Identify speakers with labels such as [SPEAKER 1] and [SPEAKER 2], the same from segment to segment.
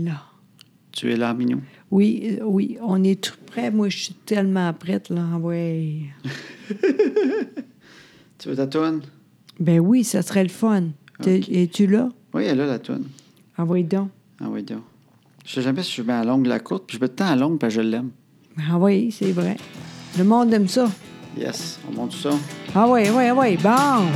[SPEAKER 1] là.
[SPEAKER 2] Tu es là, mignon?
[SPEAKER 1] Oui, euh, oui, on est tout prêt. Moi, je suis tellement prête, là. Ouais.
[SPEAKER 2] Tu veux ta toune?
[SPEAKER 1] Ben oui, ça serait le fun. T'es- Es-tu là?
[SPEAKER 2] Oui, elle a la toune.
[SPEAKER 1] Envoyez donc.
[SPEAKER 2] Ah oui, donc. Je sais jamais si je mets à longue la courte, puis je mets tout le temps à longue parce que je l'aime.
[SPEAKER 1] Ah oui, c'est vrai. Le monde aime ça.
[SPEAKER 2] Yes, on monte ça.
[SPEAKER 1] Ah oui, oui, oui, bon.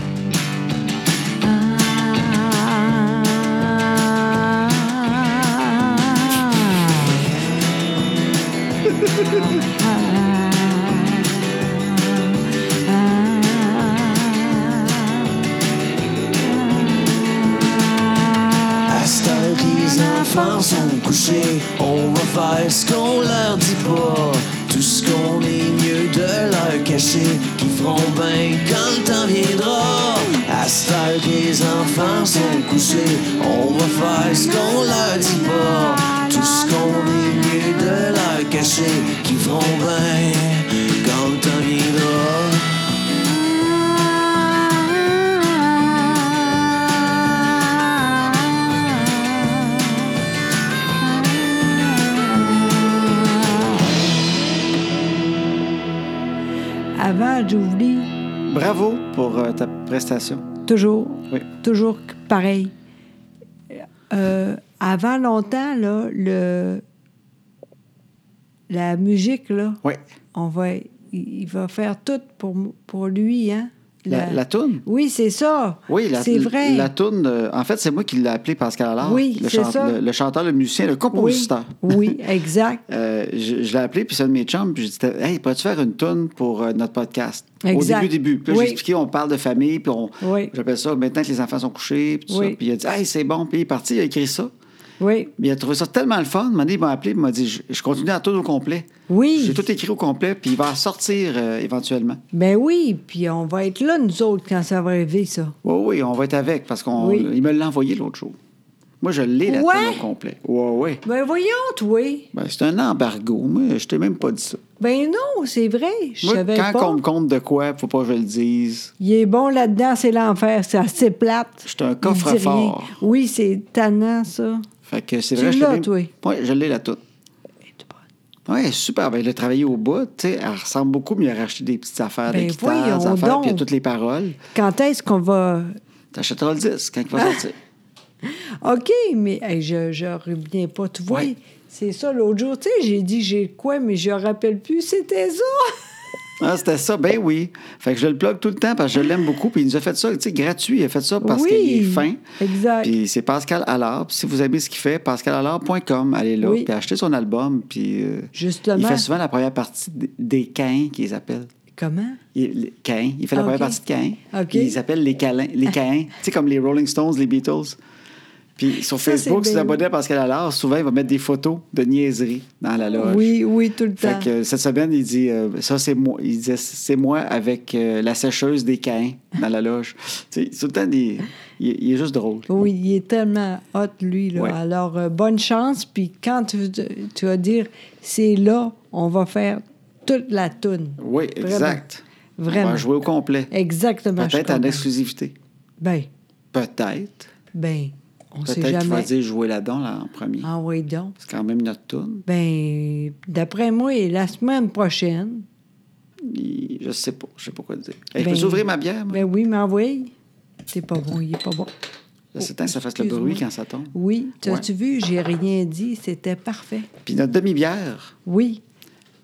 [SPEAKER 3] À cette heure que les enfants sont couchés, on va faire ce qu'on leur dit pas. Tout ce qu'on est mieux de leur cacher, qui feront bien quand le temps viendra. À cette heure que les enfants sont couchés, on va faire ce qu'on leur dit pas. Tout ce qu'on est mieux de leur cacher, qui feront bien quand le temps viendra.
[SPEAKER 1] Avant, j'oublie
[SPEAKER 2] Bravo pour euh, ta prestation.
[SPEAKER 1] toujours,
[SPEAKER 2] Oui.
[SPEAKER 1] toujours pareil. Euh, avant longtemps, là, le, la musique, là,
[SPEAKER 2] Oui.
[SPEAKER 1] on va, il, il va faire tout pour, m- pour lui, hein?
[SPEAKER 2] La, la toune?
[SPEAKER 1] Oui, c'est ça.
[SPEAKER 2] Oui, la,
[SPEAKER 1] C'est vrai.
[SPEAKER 2] la toune. euh, en fait, c'est moi qui l'ai appelé Pascal Allard.
[SPEAKER 1] Oui,
[SPEAKER 2] le,
[SPEAKER 1] c'est ça.
[SPEAKER 2] le, le chanteur, le musicien, le
[SPEAKER 1] oui,
[SPEAKER 2] compositeur.
[SPEAKER 1] oui, exact.
[SPEAKER 2] Euh, je, je l'ai appelé, puis c'est un de mes chums, puis j'ai dit Hey, peux-tu faire une toune pour euh, notre podcast
[SPEAKER 1] Exact.
[SPEAKER 2] Au début, début. Puis là,
[SPEAKER 1] Oui.
[SPEAKER 2] j'ai expliqué on parle de famille, puis on.
[SPEAKER 1] Oui.
[SPEAKER 2] J'appelle ça maintenant que les enfants sont couchés, puis tout
[SPEAKER 1] Oui.
[SPEAKER 2] ça. Puis il a dit Hey, c'est bon, puis il est parti, il a écrit ça.
[SPEAKER 1] Oui,
[SPEAKER 2] Mais il a trouvé ça tellement le fun. Un moment donné, Il m'a appelé, il m'a dit Je, je continue à toune au complet.
[SPEAKER 1] Oui.
[SPEAKER 2] J'ai tout écrit au complet, puis il va en sortir euh, éventuellement.
[SPEAKER 1] ben oui, puis on va être là, nous autres, quand ça va arriver, ça.
[SPEAKER 2] Oui, oui, on va être avec, parce qu'il
[SPEAKER 1] Oui.
[SPEAKER 2] me l'a envoyé l'autre jour. Moi, je l'ai la
[SPEAKER 1] Ouais?
[SPEAKER 2] toune au complet. Oui, oui.
[SPEAKER 1] Ben voyons, toi.
[SPEAKER 2] Ben, c'est un embargo. Moi, je t'ai même pas dit ça.
[SPEAKER 1] Ben non, c'est vrai, je
[SPEAKER 2] Moi,
[SPEAKER 1] savais
[SPEAKER 2] quand
[SPEAKER 1] pas.
[SPEAKER 2] on me compte de quoi, faut pas que je le dise.
[SPEAKER 1] Il est bon là-dedans, c'est l'enfer, c'est assez plate.
[SPEAKER 2] C'est un
[SPEAKER 1] Il dit rien.
[SPEAKER 2] coffre-fort.
[SPEAKER 1] Oui, c'est tannant, ça.
[SPEAKER 2] Fait que c'est
[SPEAKER 1] Tu
[SPEAKER 2] vrai, je
[SPEAKER 1] l'as,
[SPEAKER 2] l'ai
[SPEAKER 1] toi?
[SPEAKER 2] Ouais, je l'ai la toute.
[SPEAKER 1] Elle est bonne.
[SPEAKER 2] Oui, super. Ben, il a travaillé au bout. tu sais, Elle ressemble beaucoup, mais il a racheté des petites affaires
[SPEAKER 1] Ben,
[SPEAKER 2] de guitare, des
[SPEAKER 1] voyons
[SPEAKER 2] affaires,
[SPEAKER 1] donc.
[SPEAKER 2] puis il y a toutes les paroles.
[SPEAKER 1] Quand est-ce qu'on va.
[SPEAKER 2] T'achèteras le disque quand il
[SPEAKER 1] Ah!
[SPEAKER 2] va sortir.
[SPEAKER 1] OK, mais hey, je, je reviens pas, tu vois.
[SPEAKER 2] Ouais.
[SPEAKER 1] C'est ça, l'autre jour, tu sais, j'ai dit j'ai quoi, mais je me rappelle plus, c'était ça.
[SPEAKER 2] Ah, c'était ça, ben oui. Fait que je le plug tout le temps parce que je l'aime beaucoup. Puis il nous a fait ça, tu sais, gratuit. Il a fait ça parce
[SPEAKER 1] Oui,
[SPEAKER 2] qu'il est fin.
[SPEAKER 1] exact.
[SPEAKER 2] Puis c'est Pascal Allard. Puis si vous aimez ce qu'il fait, pascalallard.com, allez là,
[SPEAKER 1] Oui.
[SPEAKER 2] puis achetez son album. Puis euh,
[SPEAKER 1] Justement.
[SPEAKER 2] il fait souvent la première partie des- des caïns qu'ils appellent.
[SPEAKER 1] Comment?
[SPEAKER 2] Il, les Caïns. Il fait la
[SPEAKER 1] Ah,
[SPEAKER 2] première
[SPEAKER 1] ok.
[SPEAKER 2] partie de Caïn.
[SPEAKER 1] Ok.
[SPEAKER 2] Puis Ils appellent les câlins, les Caïns. tu sais, comme les Rolling Stones, les Beatles. Puis sur
[SPEAKER 1] Ça, c'est
[SPEAKER 2] Facebook, si vous
[SPEAKER 1] belle.
[SPEAKER 2] abonnez à Pascal Allard, souvent, il va mettre des photos de niaiseries dans la loge.
[SPEAKER 1] Oui, oui, tout le
[SPEAKER 2] Fait
[SPEAKER 1] temps.
[SPEAKER 2] que euh, cette semaine, il dit euh, Ça, c'est moi. Il disait C'est moi avec euh, la sécheuse des Caïns dans la loge. tu sais, tout le temps, des- il, il est juste drôle.
[SPEAKER 1] Oui, il est tellement hot, lui. Là.
[SPEAKER 2] Ouais.
[SPEAKER 1] Alors, euh, bonne chance. Puis quand tu, tu vas dire, c'est là, on va faire toute la toune.
[SPEAKER 2] Oui, exact.
[SPEAKER 1] Vraiment.
[SPEAKER 2] On va jouer au complet.
[SPEAKER 1] Exactement. je
[SPEAKER 2] Peut-être en
[SPEAKER 1] comprends.
[SPEAKER 2] exclusivité.
[SPEAKER 1] Ben,
[SPEAKER 2] Peut-être.
[SPEAKER 1] ben, on sait
[SPEAKER 2] Peut-être qu'il va
[SPEAKER 1] jamais.
[SPEAKER 2] dire jouer là-dedans là, en premier.
[SPEAKER 1] Ah oui, donc.
[SPEAKER 2] C'est quand même notre tourne.
[SPEAKER 1] Ben, d'après moi, la semaine prochaine.
[SPEAKER 2] Il- Je sais pas. Je sais pas quoi dire. Hey,
[SPEAKER 1] Ben-
[SPEAKER 2] je peux ouvrir ma bière, moi?
[SPEAKER 1] Ben oui, m'envoie. C'est pas bon, il est pas bon.
[SPEAKER 2] Là, c'est temps que ça fasse le
[SPEAKER 1] Excuse-moi.
[SPEAKER 2] bruit quand ça tombe.
[SPEAKER 1] Oui, t'as-tu vu, j'ai rien dit, c'était parfait.
[SPEAKER 2] Puis notre demi-bière.
[SPEAKER 1] Oui.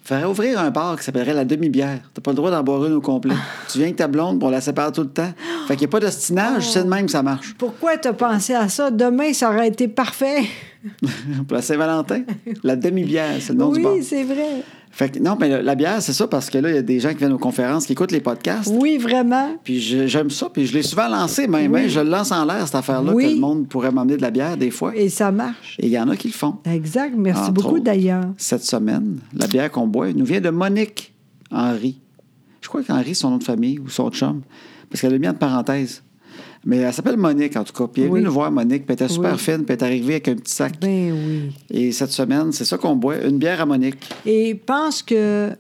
[SPEAKER 2] Faudrait ouvrir un bar qui s'appellerait la demi-bière. T'as pas le droit d'en boire une au complet.
[SPEAKER 1] Ah.
[SPEAKER 2] tu viens avec ta blonde, puis on la sépare tout le temps. Fait qu'il n'y a pas
[SPEAKER 1] Oh.
[SPEAKER 2] d'ostinage, c'est de même que ça marche.
[SPEAKER 1] Pourquoi t'as pensé à ça? Demain, ça aurait été parfait.
[SPEAKER 2] Pour la Saint-Valentin, la demi-bière, c'est le nom du bar.
[SPEAKER 1] oui, c'est vrai.
[SPEAKER 2] Fait que non, mais la, la bière, c'est ça, parce que là, il y a des gens qui viennent aux conférences, qui écoutent les podcasts.
[SPEAKER 1] Oui, vraiment.
[SPEAKER 2] Puis je- j'aime ça, puis je l'ai souvent lancé, même. hein. je le lance en l'air, cette affaire-là,
[SPEAKER 1] Oui.
[SPEAKER 2] que le monde pourrait m'emmener de la bière des fois. Et
[SPEAKER 1] Et ça marche.
[SPEAKER 2] il y en a qui le font.
[SPEAKER 1] Exact. Merci
[SPEAKER 2] Entre
[SPEAKER 1] beaucoup
[SPEAKER 2] autres,
[SPEAKER 1] d'ailleurs.
[SPEAKER 2] Cette semaine, la bière qu'on boit nous vient de Monique Henry. Je crois qu'Henry, c'est son nom de famille ou son chum, parce qu'elle l'a mis en parenthèse. Mais elle s'appelle Monique, en tout cas. Puis elle est
[SPEAKER 1] Oui.
[SPEAKER 2] venue nous voir, Monique, puis elle était super
[SPEAKER 1] Oui.
[SPEAKER 2] fine, puis elle est arrivée avec un petit sac.
[SPEAKER 1] Ben oui.
[SPEAKER 2] Et cette semaine, c'est ça qu'on boit, une bière à Monique.
[SPEAKER 1] Et pense que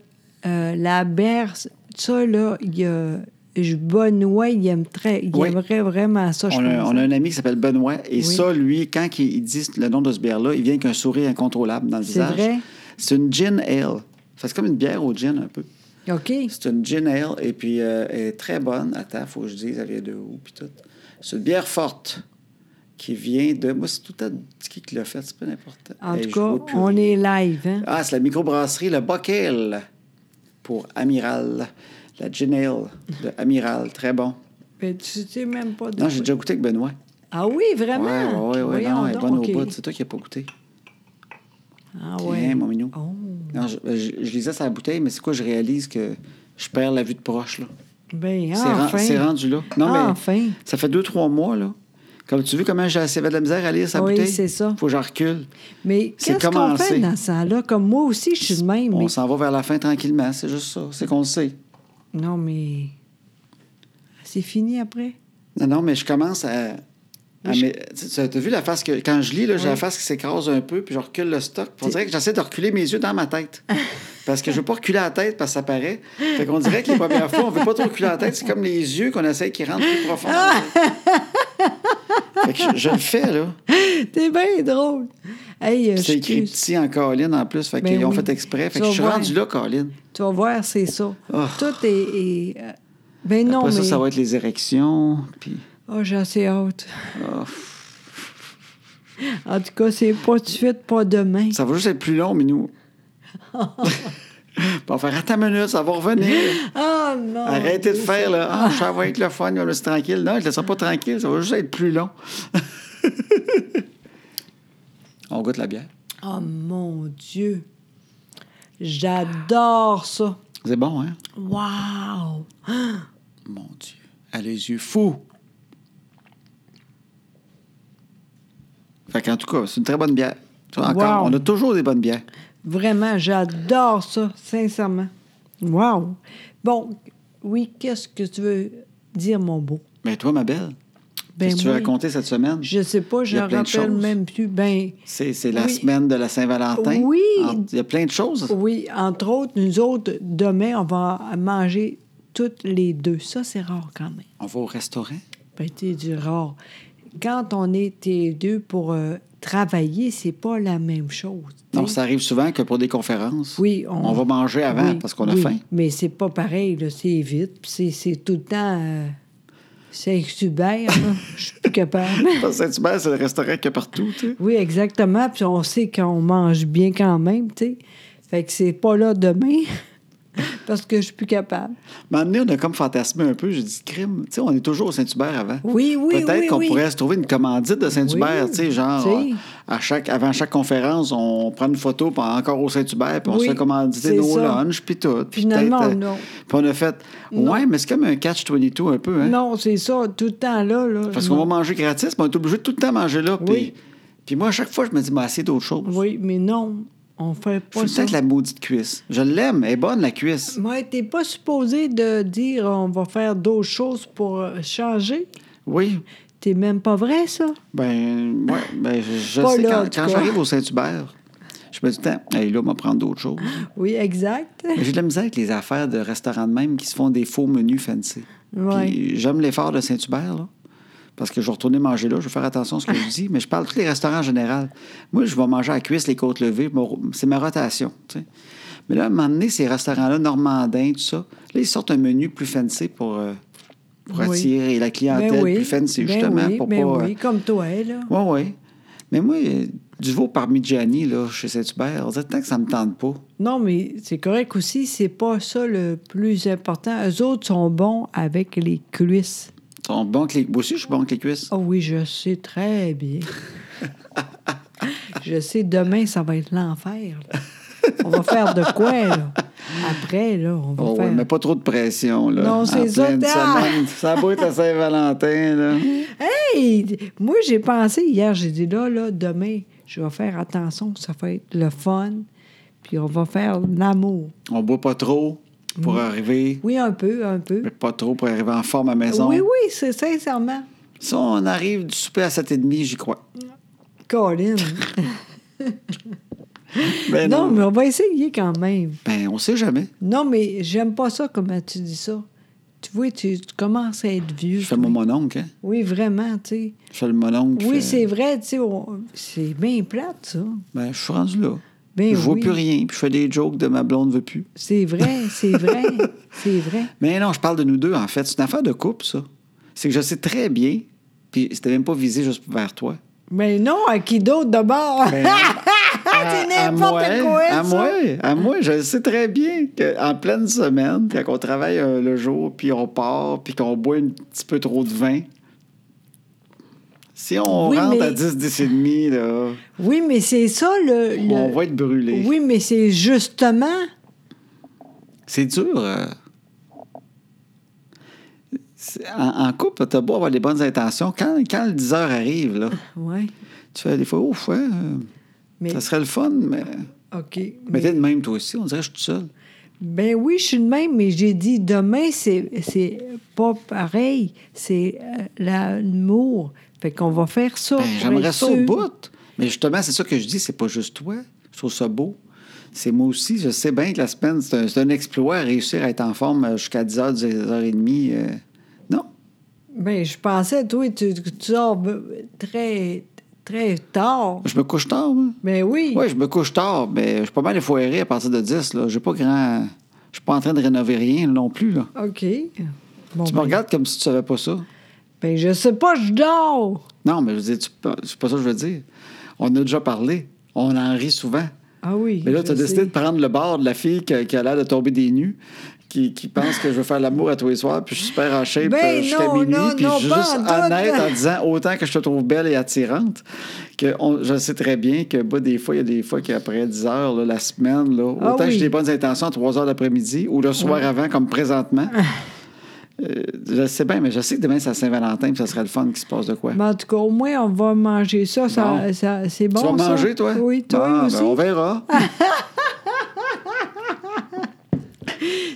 [SPEAKER 1] euh, la bière, ça, là, il y a je- Benoît, il, aime très, il
[SPEAKER 2] Oui.
[SPEAKER 1] aimerait vraiment ça, je
[SPEAKER 2] On a,
[SPEAKER 1] pense. hein.
[SPEAKER 2] on a un ami qui s'appelle Benoît, et
[SPEAKER 1] Oui.
[SPEAKER 2] ça, lui, quand il, il dit le nom de ce bière-là, il vient avec un sourire incontrôlable dans le
[SPEAKER 1] C'est
[SPEAKER 2] visage.
[SPEAKER 1] vrai?
[SPEAKER 2] C'est une gin ale. Fait que C'est comme une bière au gin, un peu.
[SPEAKER 1] OK.
[SPEAKER 2] C'est une gin ale, et puis euh, elle est très bonne. Attends, faut que je dise, elle vient de où, puis tout. C'est une bière forte qui vient de... Moi, c'est tout à qui qui l'a fait, c'est pas n'importe
[SPEAKER 1] En
[SPEAKER 2] Hey,
[SPEAKER 1] tout
[SPEAKER 2] je
[SPEAKER 1] cas,
[SPEAKER 2] vois plus
[SPEAKER 1] on
[SPEAKER 2] rien.
[SPEAKER 1] est live. Hein?
[SPEAKER 2] Ah, c'est la microbrasserie Le Bockel pour Amiral. La gin ale de Amiral, très bon.
[SPEAKER 1] Mais Ben, tu sais même pas de
[SPEAKER 2] Non,
[SPEAKER 1] quoi-
[SPEAKER 2] j'ai déjà goûté avec Benoît.
[SPEAKER 1] Ah oui,
[SPEAKER 2] Oui,
[SPEAKER 1] vraiment?
[SPEAKER 2] oui, oui.
[SPEAKER 1] Voyons
[SPEAKER 2] Non, elle est
[SPEAKER 1] donc,
[SPEAKER 2] bonne
[SPEAKER 1] OK.
[SPEAKER 2] au bout. C'est toi qui n'as pas goûté.
[SPEAKER 1] Ah
[SPEAKER 2] Tiens,
[SPEAKER 1] ouais.
[SPEAKER 2] mon minou.
[SPEAKER 1] Oh,
[SPEAKER 2] Non, je, je- je lisais sa bouteille, mais c'est quoi, je réalise que je perds la vue de proche, là.
[SPEAKER 1] ben,
[SPEAKER 2] C'est ren-
[SPEAKER 1] enfin.
[SPEAKER 2] C'est rendu là. Non, mais
[SPEAKER 1] Enfin.
[SPEAKER 2] ça fait deux, trois mois, là. Comme tu veux comment j'ai assez de la misère à lire sa
[SPEAKER 1] Oui,
[SPEAKER 2] bouteille?
[SPEAKER 1] c'est ça.
[SPEAKER 2] Faut que j'en recule.
[SPEAKER 1] Mais
[SPEAKER 2] C'est
[SPEAKER 1] qu'est-ce qu'on
[SPEAKER 2] commencé.
[SPEAKER 1] fait dans ça là Comme moi aussi, je suis de même.
[SPEAKER 2] On
[SPEAKER 1] mais-
[SPEAKER 2] s'en va vers la fin tranquillement, c'est juste ça. C'est qu'on le sait.
[SPEAKER 1] Non, mais. C'est fini après?
[SPEAKER 2] Non, non, mais je commence à. à
[SPEAKER 1] Je-
[SPEAKER 2] mes- tu sais, tu as vu la face que. Quand je lis, là, j'ai la face qui s'écrase un peu, puis je recule le stock. Puis On dirait que j'essaie de reculer mes yeux dans ma tête. Parce que je veux pas reculer la tête parce que ça paraît. Fait qu'on dirait que les premières fois, on veut pas trop reculer la tête. C'est comme les yeux qu'on essaie qui rentrent plus profond. dans le- fait que je, je le fais, là.
[SPEAKER 1] T'es bien drôle. Hey, euh,
[SPEAKER 2] Puis C'est écrit
[SPEAKER 1] excuse.
[SPEAKER 2] petit en colline en plus. Fait
[SPEAKER 1] Ben
[SPEAKER 2] qu'ils ont
[SPEAKER 1] oui.
[SPEAKER 2] fait exprès. Fait
[SPEAKER 1] Tu
[SPEAKER 2] que je suis
[SPEAKER 1] vas voir.
[SPEAKER 2] rendu là, colline.
[SPEAKER 1] Tu vas voir, c'est ça.
[SPEAKER 2] Oh.
[SPEAKER 1] Tout est. est, euh, Ben non,
[SPEAKER 2] Après ça,
[SPEAKER 1] mais.
[SPEAKER 2] ça va être les érections. Puis.
[SPEAKER 1] Oh, j'ai assez hâte.
[SPEAKER 2] Oh.
[SPEAKER 1] En tout cas, c'est pas tout de suite, pas demain.
[SPEAKER 2] Ça va juste être plus long, mais nous. on va faire attends une minute, ça va revenir.
[SPEAKER 1] Ah non!
[SPEAKER 2] Arrêtez de faire, là. Ah, je vais être le fun, je suis tranquille. Non, je ne laisserai pas tranquille, ça va juste être plus long. on goûte la bière.
[SPEAKER 1] Oh mon Dieu! J'adore ça!
[SPEAKER 2] C'est bon, hein?
[SPEAKER 1] Wow!
[SPEAKER 2] Mon Dieu. Elle a les yeux fous. Fait qu'en tout cas, c'est une très bonne bière. Tu vois, encore,
[SPEAKER 1] Wow.
[SPEAKER 2] on a toujours des bonnes bières.
[SPEAKER 1] Vraiment, j'adore ça, sincèrement. Wow! Bon, oui, qu'est-ce que tu veux dire, mon beau?
[SPEAKER 2] Mais toi, ma belle,
[SPEAKER 1] Ben
[SPEAKER 2] qu'est-ce que tu veux
[SPEAKER 1] moi,
[SPEAKER 2] raconter cette semaine?
[SPEAKER 1] Je sais pas,
[SPEAKER 2] Il y
[SPEAKER 1] je
[SPEAKER 2] a
[SPEAKER 1] me
[SPEAKER 2] plein de
[SPEAKER 1] rappelle
[SPEAKER 2] choses.
[SPEAKER 1] même plus. Ben,
[SPEAKER 2] C'est c'est la
[SPEAKER 1] Oui.
[SPEAKER 2] semaine de la Saint-Valentin.
[SPEAKER 1] Oui.
[SPEAKER 2] En- Il y a plein de choses.
[SPEAKER 1] oui, entre autres, nous autres, demain, on va manger toutes les deux. Ça, c'est rare quand même.
[SPEAKER 2] On va au restaurant.
[SPEAKER 1] Ben, t'es du rare. Quand on est tes deux pour euh, travailler, c'est pas la même chose. t'sais.
[SPEAKER 2] Non, ça arrive souvent que pour des conférences,
[SPEAKER 1] Oui,
[SPEAKER 2] on, va manger avant
[SPEAKER 1] oui,
[SPEAKER 2] parce qu'on a
[SPEAKER 1] oui,
[SPEAKER 2] faim.
[SPEAKER 1] Mais c'est pas pareil, là. C'est vite, puis c'est, c'est tout le temps. euh, c'est exubère, là. Je suis plus capable.
[SPEAKER 2] Parce que Saint-Hubert, c'est le restaurant qu'il y a partout. tu sais.
[SPEAKER 1] Oui, exactement. Puis on sait qu'on mange bien quand même, tu sais. Fait que c'est pas là demain parce que je suis plus capable.
[SPEAKER 2] Mais à un moment donné, on a comme fantasmé un peu. J'ai dit, crime, tu sais, on est toujours au Saint-Hubert avant.
[SPEAKER 1] Oui, oui,
[SPEAKER 2] Peut-être
[SPEAKER 1] oui,
[SPEAKER 2] qu'on
[SPEAKER 1] oui.
[SPEAKER 2] pourrait se trouver une commandite de Saint-Hubert,
[SPEAKER 1] Oui,
[SPEAKER 2] tu sais, genre,
[SPEAKER 1] tu sais.
[SPEAKER 2] euh, à chaque, avant chaque conférence, on prend une photo, puis encore au Saint-Hubert, puis on
[SPEAKER 1] Oui,
[SPEAKER 2] se fait commanditer
[SPEAKER 1] c'est
[SPEAKER 2] nos
[SPEAKER 1] ça.
[SPEAKER 2] lunchs, puis tout. Puis
[SPEAKER 1] Finalement,
[SPEAKER 2] peut-être, euh,
[SPEAKER 1] non.
[SPEAKER 2] Puis on a fait, ouais, mais c'est comme un catch-22 un peu, hein?
[SPEAKER 1] Non, c'est ça, tout le temps là. là
[SPEAKER 2] Parce
[SPEAKER 1] Non.
[SPEAKER 2] qu'on va manger gratis, mais on est obligé de tout le temps manger là. Puis,
[SPEAKER 1] Oui.
[SPEAKER 2] puis moi, à chaque fois, je me dis, mais assez d'autres choses.
[SPEAKER 1] Oui, mais non, on fait
[SPEAKER 2] Je
[SPEAKER 1] pas
[SPEAKER 2] fais
[SPEAKER 1] ça.
[SPEAKER 2] peut-être la maudite cuisse. Je l'aime, elle est bonne, la cuisse.
[SPEAKER 1] Ouais, t'es pas supposé de dire on va faire d'autres choses pour euh, changer.
[SPEAKER 2] Oui.
[SPEAKER 1] T'es même pas vrai, ça.
[SPEAKER 2] Ben, ouais, ben, je, je
[SPEAKER 1] Pas
[SPEAKER 2] sais,
[SPEAKER 1] là, en
[SPEAKER 2] quand,
[SPEAKER 1] tout
[SPEAKER 2] quand
[SPEAKER 1] cas.
[SPEAKER 2] j'arrive au Saint-Hubert, je me dis, tiens, hey, là, on va prendre d'autres choses.
[SPEAKER 1] Oui, exact.
[SPEAKER 2] Mais J'ai de la misère avec les affaires de restaurants de même qui se font des faux menus fancy.
[SPEAKER 1] Ouais.
[SPEAKER 2] Puis J'aime l'effort de Saint-Hubert, là. Parce que je vais retourner manger là, je vais faire attention à ce que je dis, mais je parle de tous les restaurants en général. Moi, je vais manger à la cuisse, les côtes levées, mon- c'est ma rotation. tu sais. Mais là, à un moment donné, ces restaurants-là, normandins, tout ça, là, ils sortent un menu plus fancy pour, euh, pour
[SPEAKER 1] Oui.
[SPEAKER 2] attirer la clientèle
[SPEAKER 1] Ben oui,
[SPEAKER 2] plus fancy,
[SPEAKER 1] ben
[SPEAKER 2] justement,
[SPEAKER 1] oui,
[SPEAKER 2] pour
[SPEAKER 1] ben
[SPEAKER 2] pas. euh,
[SPEAKER 1] oui, comme toi, là.
[SPEAKER 2] oui, oui. Mais moi, euh, du veau parmigiani, là, chez Saint-Hubert, on dirait tant que ça me tente pas.
[SPEAKER 1] Non, mais c'est correct aussi, c'est pas ça le plus important. Eux autres sont bons avec les cuisses.
[SPEAKER 2] Ils sont bons que les... Moi aussi, je suis bon avec les cuisses.
[SPEAKER 1] Ah oui, je sais très bien. je sais, demain, ça va être l'enfer. là. On va faire de quoi, là? Après, là, on va
[SPEAKER 2] Oh,
[SPEAKER 1] faire...
[SPEAKER 2] ouais, mais pas trop de pression, là.
[SPEAKER 1] Non, c'est
[SPEAKER 2] en
[SPEAKER 1] ça,
[SPEAKER 2] pleine
[SPEAKER 1] t'es-
[SPEAKER 2] semaine. Ça a beau être la Saint-Valentin, là.
[SPEAKER 1] Hey! Moi, j'ai pensé hier, j'ai dit, là, là, demain, je vais faire attention, ça va être le fun, puis on va faire l'amour.
[SPEAKER 2] On boit pas trop
[SPEAKER 1] Mm.
[SPEAKER 2] pour arriver,
[SPEAKER 1] Oui, un peu, un peu.
[SPEAKER 2] mais pas trop pour arriver en forme à la maison.
[SPEAKER 1] Oui, oui, c'est sincèrement.
[SPEAKER 2] Si on arrive du souper à 7h30, j'y crois.
[SPEAKER 1] Colin.
[SPEAKER 2] Ben
[SPEAKER 1] non,
[SPEAKER 2] non.
[SPEAKER 1] mais on va essayer quand même.
[SPEAKER 2] Ben, on sait jamais.
[SPEAKER 1] Non, mais j'aime pas ça, comment tu dis ça. Tu vois, tu, tu commences à être vieux.
[SPEAKER 2] Je fais mon mononcle, hein?
[SPEAKER 1] Oui, vraiment, tu sais.
[SPEAKER 2] Je fais le mononcle. je
[SPEAKER 1] Oui,
[SPEAKER 2] fais-
[SPEAKER 1] c'est vrai, tu sais, on- c'est bien plate, ça.
[SPEAKER 2] Ben, je suis rendu là.
[SPEAKER 1] Ben
[SPEAKER 2] je vois
[SPEAKER 1] oui.
[SPEAKER 2] plus rien, puis je fais des jokes de ma blonde veut plus.
[SPEAKER 1] C'est vrai, c'est vrai, c'est vrai.
[SPEAKER 2] Mais non, je parle de nous deux, en fait. C'est une affaire de couple, ça. C'est que je sais très bien, puis c'était même pas visé juste vers toi.
[SPEAKER 1] Mais non, à qui d'autre de bord? c'est
[SPEAKER 2] Ah, à moi,
[SPEAKER 1] n'importe quoi,
[SPEAKER 2] à
[SPEAKER 1] ça.
[SPEAKER 2] moi, à moi, je sais très bien qu'en pleine semaine, quand on travaille euh, le jour, puis on part, puis qu'on boit un petit peu trop de vin, si on
[SPEAKER 1] Oui,
[SPEAKER 2] rentre
[SPEAKER 1] mais-
[SPEAKER 2] à 10, 10 et demi, là,
[SPEAKER 1] Oui, mais c'est ça, le... le-
[SPEAKER 2] on va être brûlé.
[SPEAKER 1] Oui, mais c'est justement...
[SPEAKER 2] C'est dur. euh. C'est- En, en couple, t'as beau avoir des bonnes intentions. Quand, quand le 10 heures arrive, là,
[SPEAKER 1] Oui,
[SPEAKER 2] tu fais des fois, ouf, ouais, euh,
[SPEAKER 1] mais...
[SPEAKER 2] ça serait le fun, mais.
[SPEAKER 1] OK.
[SPEAKER 2] Mais
[SPEAKER 1] mais-
[SPEAKER 2] t'es de même, toi aussi. On dirait que je suis tout seul.
[SPEAKER 1] Ben oui, je suis de même, mais j'ai dit demain, c'est c'est pas pareil. C'est euh, l'amour. Fait qu'on va faire ça.
[SPEAKER 2] Ben,
[SPEAKER 1] pour
[SPEAKER 2] j'aimerais
[SPEAKER 1] être
[SPEAKER 2] ça au
[SPEAKER 1] sûr.
[SPEAKER 2] bout. Mais justement, c'est ça que je dis, c'est pas juste toi. Je trouve ça beau. C'est moi aussi. Je sais bien que la semaine, c'est un, c'est un exploit à réussir à être en forme euh, jusqu'à 10 h 10 10h30. euh, Non.
[SPEAKER 1] Ben, je pensais, toi, tu, tu sors b- très, très tard.
[SPEAKER 2] Je me couche tard, moi.
[SPEAKER 1] Ben oui.
[SPEAKER 2] Oui, je me couche tard, mais je suis pas mal effoiré à partir de 10. Là. J'ai pas grand. Je suis pas en train de rénover rien non plus. Là.
[SPEAKER 1] OK. Bon,
[SPEAKER 2] Tu me
[SPEAKER 1] ben,
[SPEAKER 2] regardes comme si tu savais pas ça.
[SPEAKER 1] ben, je sais pas, je dors.
[SPEAKER 2] Non, mais je veux dire, tu- c'est pas ça que je veux dire. On en a déjà parlé. On en rit souvent.
[SPEAKER 1] Ah oui.
[SPEAKER 2] Mais là,
[SPEAKER 1] je
[SPEAKER 2] tu as décidé
[SPEAKER 1] sais.
[SPEAKER 2] de prendre le bord de la fille qui, qui a l'air de tomber des nues, qui, qui pense que je veux faire l'amour à tous les soirs, puis je suis super en shape
[SPEAKER 1] Ben
[SPEAKER 2] euh, jusqu'à
[SPEAKER 1] non,
[SPEAKER 2] minuit,
[SPEAKER 1] non,
[SPEAKER 2] puis
[SPEAKER 1] non,
[SPEAKER 2] je suis
[SPEAKER 1] pas
[SPEAKER 2] juste
[SPEAKER 1] en tout.
[SPEAKER 2] honnête en disant autant que je te trouve belle et attirante, que on- je sais très bien que bah, des fois, il y a des fois qu'après 10 heures, là, la semaine, là,
[SPEAKER 1] Ah
[SPEAKER 2] autant que j'ai
[SPEAKER 1] oui.
[SPEAKER 2] des bonnes intentions à 3 heures l'après-midi ou le soir avant, comme présentement.
[SPEAKER 1] Ah.
[SPEAKER 2] euh, je sais bien, mais je sais que demain, c'est à Saint-Valentin, puis ça serait le fun qu'il se passe de quoi.
[SPEAKER 1] Mais en tout cas, au moins, on va manger ça.
[SPEAKER 2] Bon.
[SPEAKER 1] ça, ça c'est bon.
[SPEAKER 2] tu vas
[SPEAKER 1] ça?
[SPEAKER 2] manger, toi?
[SPEAKER 1] Oui, toi
[SPEAKER 2] Ah, ben,
[SPEAKER 1] aussi.
[SPEAKER 2] on verra.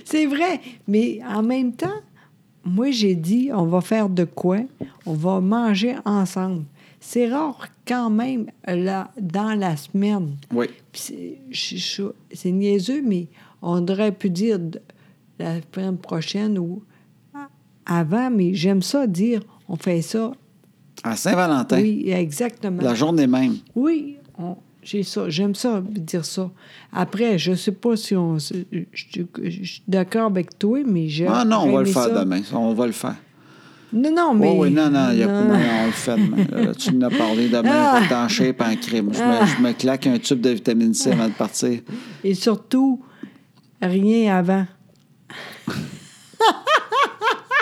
[SPEAKER 1] C'est vrai, mais en même temps, moi j'ai dit on va faire de quoi On va manger ensemble. C'est rare quand même là, dans la semaine.
[SPEAKER 2] oui.
[SPEAKER 1] Puis C'est je- je- c'est niaiseux, mais on aurait pu dire de- la semaine prochaine ou a- avant, mais j'aime ça dire on fait ça.
[SPEAKER 2] À Saint-Valentin,
[SPEAKER 1] Oui, exactement.
[SPEAKER 2] la journée même.
[SPEAKER 1] Oui, on- j'ai ça, j'aime ça dire ça. Après, je sais pas si on, se- je, je- je suis d'accord avec toi, mais je.
[SPEAKER 2] Ah non, on va le faire demain. On va le faire.
[SPEAKER 1] Non, non, mais.
[SPEAKER 2] Oui, oui, non, non, il y a pas
[SPEAKER 1] Non.
[SPEAKER 2] moyen, on le fait demain. là. Là, tu nous as parlé demain,
[SPEAKER 1] Ah.
[SPEAKER 2] je vais être en shape, en crime. Je, me, je me claque un tube de vitamine C avant de partir.
[SPEAKER 1] Et surtout, rien avant.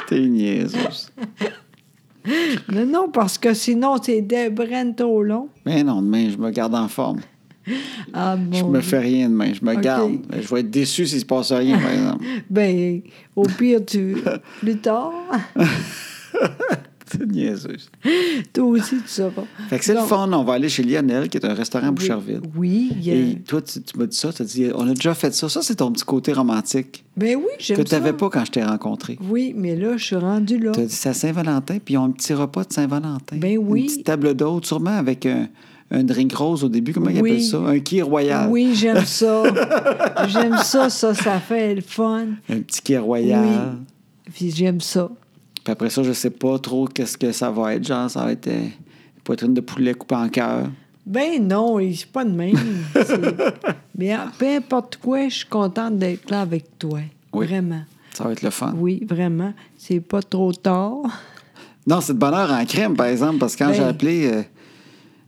[SPEAKER 2] T'es niaiseuse.
[SPEAKER 1] Non, non, parce que sinon, c'est des brennes trop long.
[SPEAKER 2] Mais non, demain, je me garde en forme.
[SPEAKER 1] Ah bon.
[SPEAKER 2] Je me fais rien demain, je me
[SPEAKER 1] Ok.
[SPEAKER 2] garde. Je vais être déçu s'il se passe rien, par exemple.
[SPEAKER 1] Ben, au pire, tu. plus tard,
[SPEAKER 2] T'es niaiseuse.
[SPEAKER 1] toi aussi, tu sauras.
[SPEAKER 2] Fait que c'est le
[SPEAKER 1] Donc,
[SPEAKER 2] fun, on va aller chez Lionel, qui est un restaurant à Boucherville.
[SPEAKER 1] Oui, il y a-
[SPEAKER 2] Et toi, tu, tu m'as dit ça, tu as dit, on a déjà fait ça. Ça, c'est ton petit côté romantique
[SPEAKER 1] Ben oui,
[SPEAKER 2] que
[SPEAKER 1] j'aime
[SPEAKER 2] tu
[SPEAKER 1] ça.
[SPEAKER 2] n'avais pas quand je t'ai rencontré.
[SPEAKER 1] Oui, mais là, je suis rendue là.
[SPEAKER 2] T'as dit, c'est à Saint-Valentin, puis ils ont un petit repas de Saint-Valentin.
[SPEAKER 1] Ben oui.
[SPEAKER 2] Une petite table d'hôte, sûrement avec un, un drink rose au début. Comment ils
[SPEAKER 1] Oui.
[SPEAKER 2] appellent ça? Un qui royal.
[SPEAKER 1] Oui, j'aime ça. j'aime ça, ça, ça fait le fun.
[SPEAKER 2] Un petit qui royal.
[SPEAKER 1] Oui. Puis j'aime ça.
[SPEAKER 2] Puis après ça, je sais pas trop qu'est-ce que ça va être. Genre, ça va être euh, une poitrine de poulet coupée en cœur.
[SPEAKER 1] Ben non, il- c'est pas de même. C'est- Mais ah, peu importe quoi, je suis contente d'être là avec toi.
[SPEAKER 2] Oui.
[SPEAKER 1] Vraiment.
[SPEAKER 2] Ça va être le fun.
[SPEAKER 1] Oui, vraiment. C'est pas trop tard.
[SPEAKER 2] Non, c'est de bonheur en crème, par exemple, parce que quand
[SPEAKER 1] Ben.
[SPEAKER 2] j'ai appelé euh,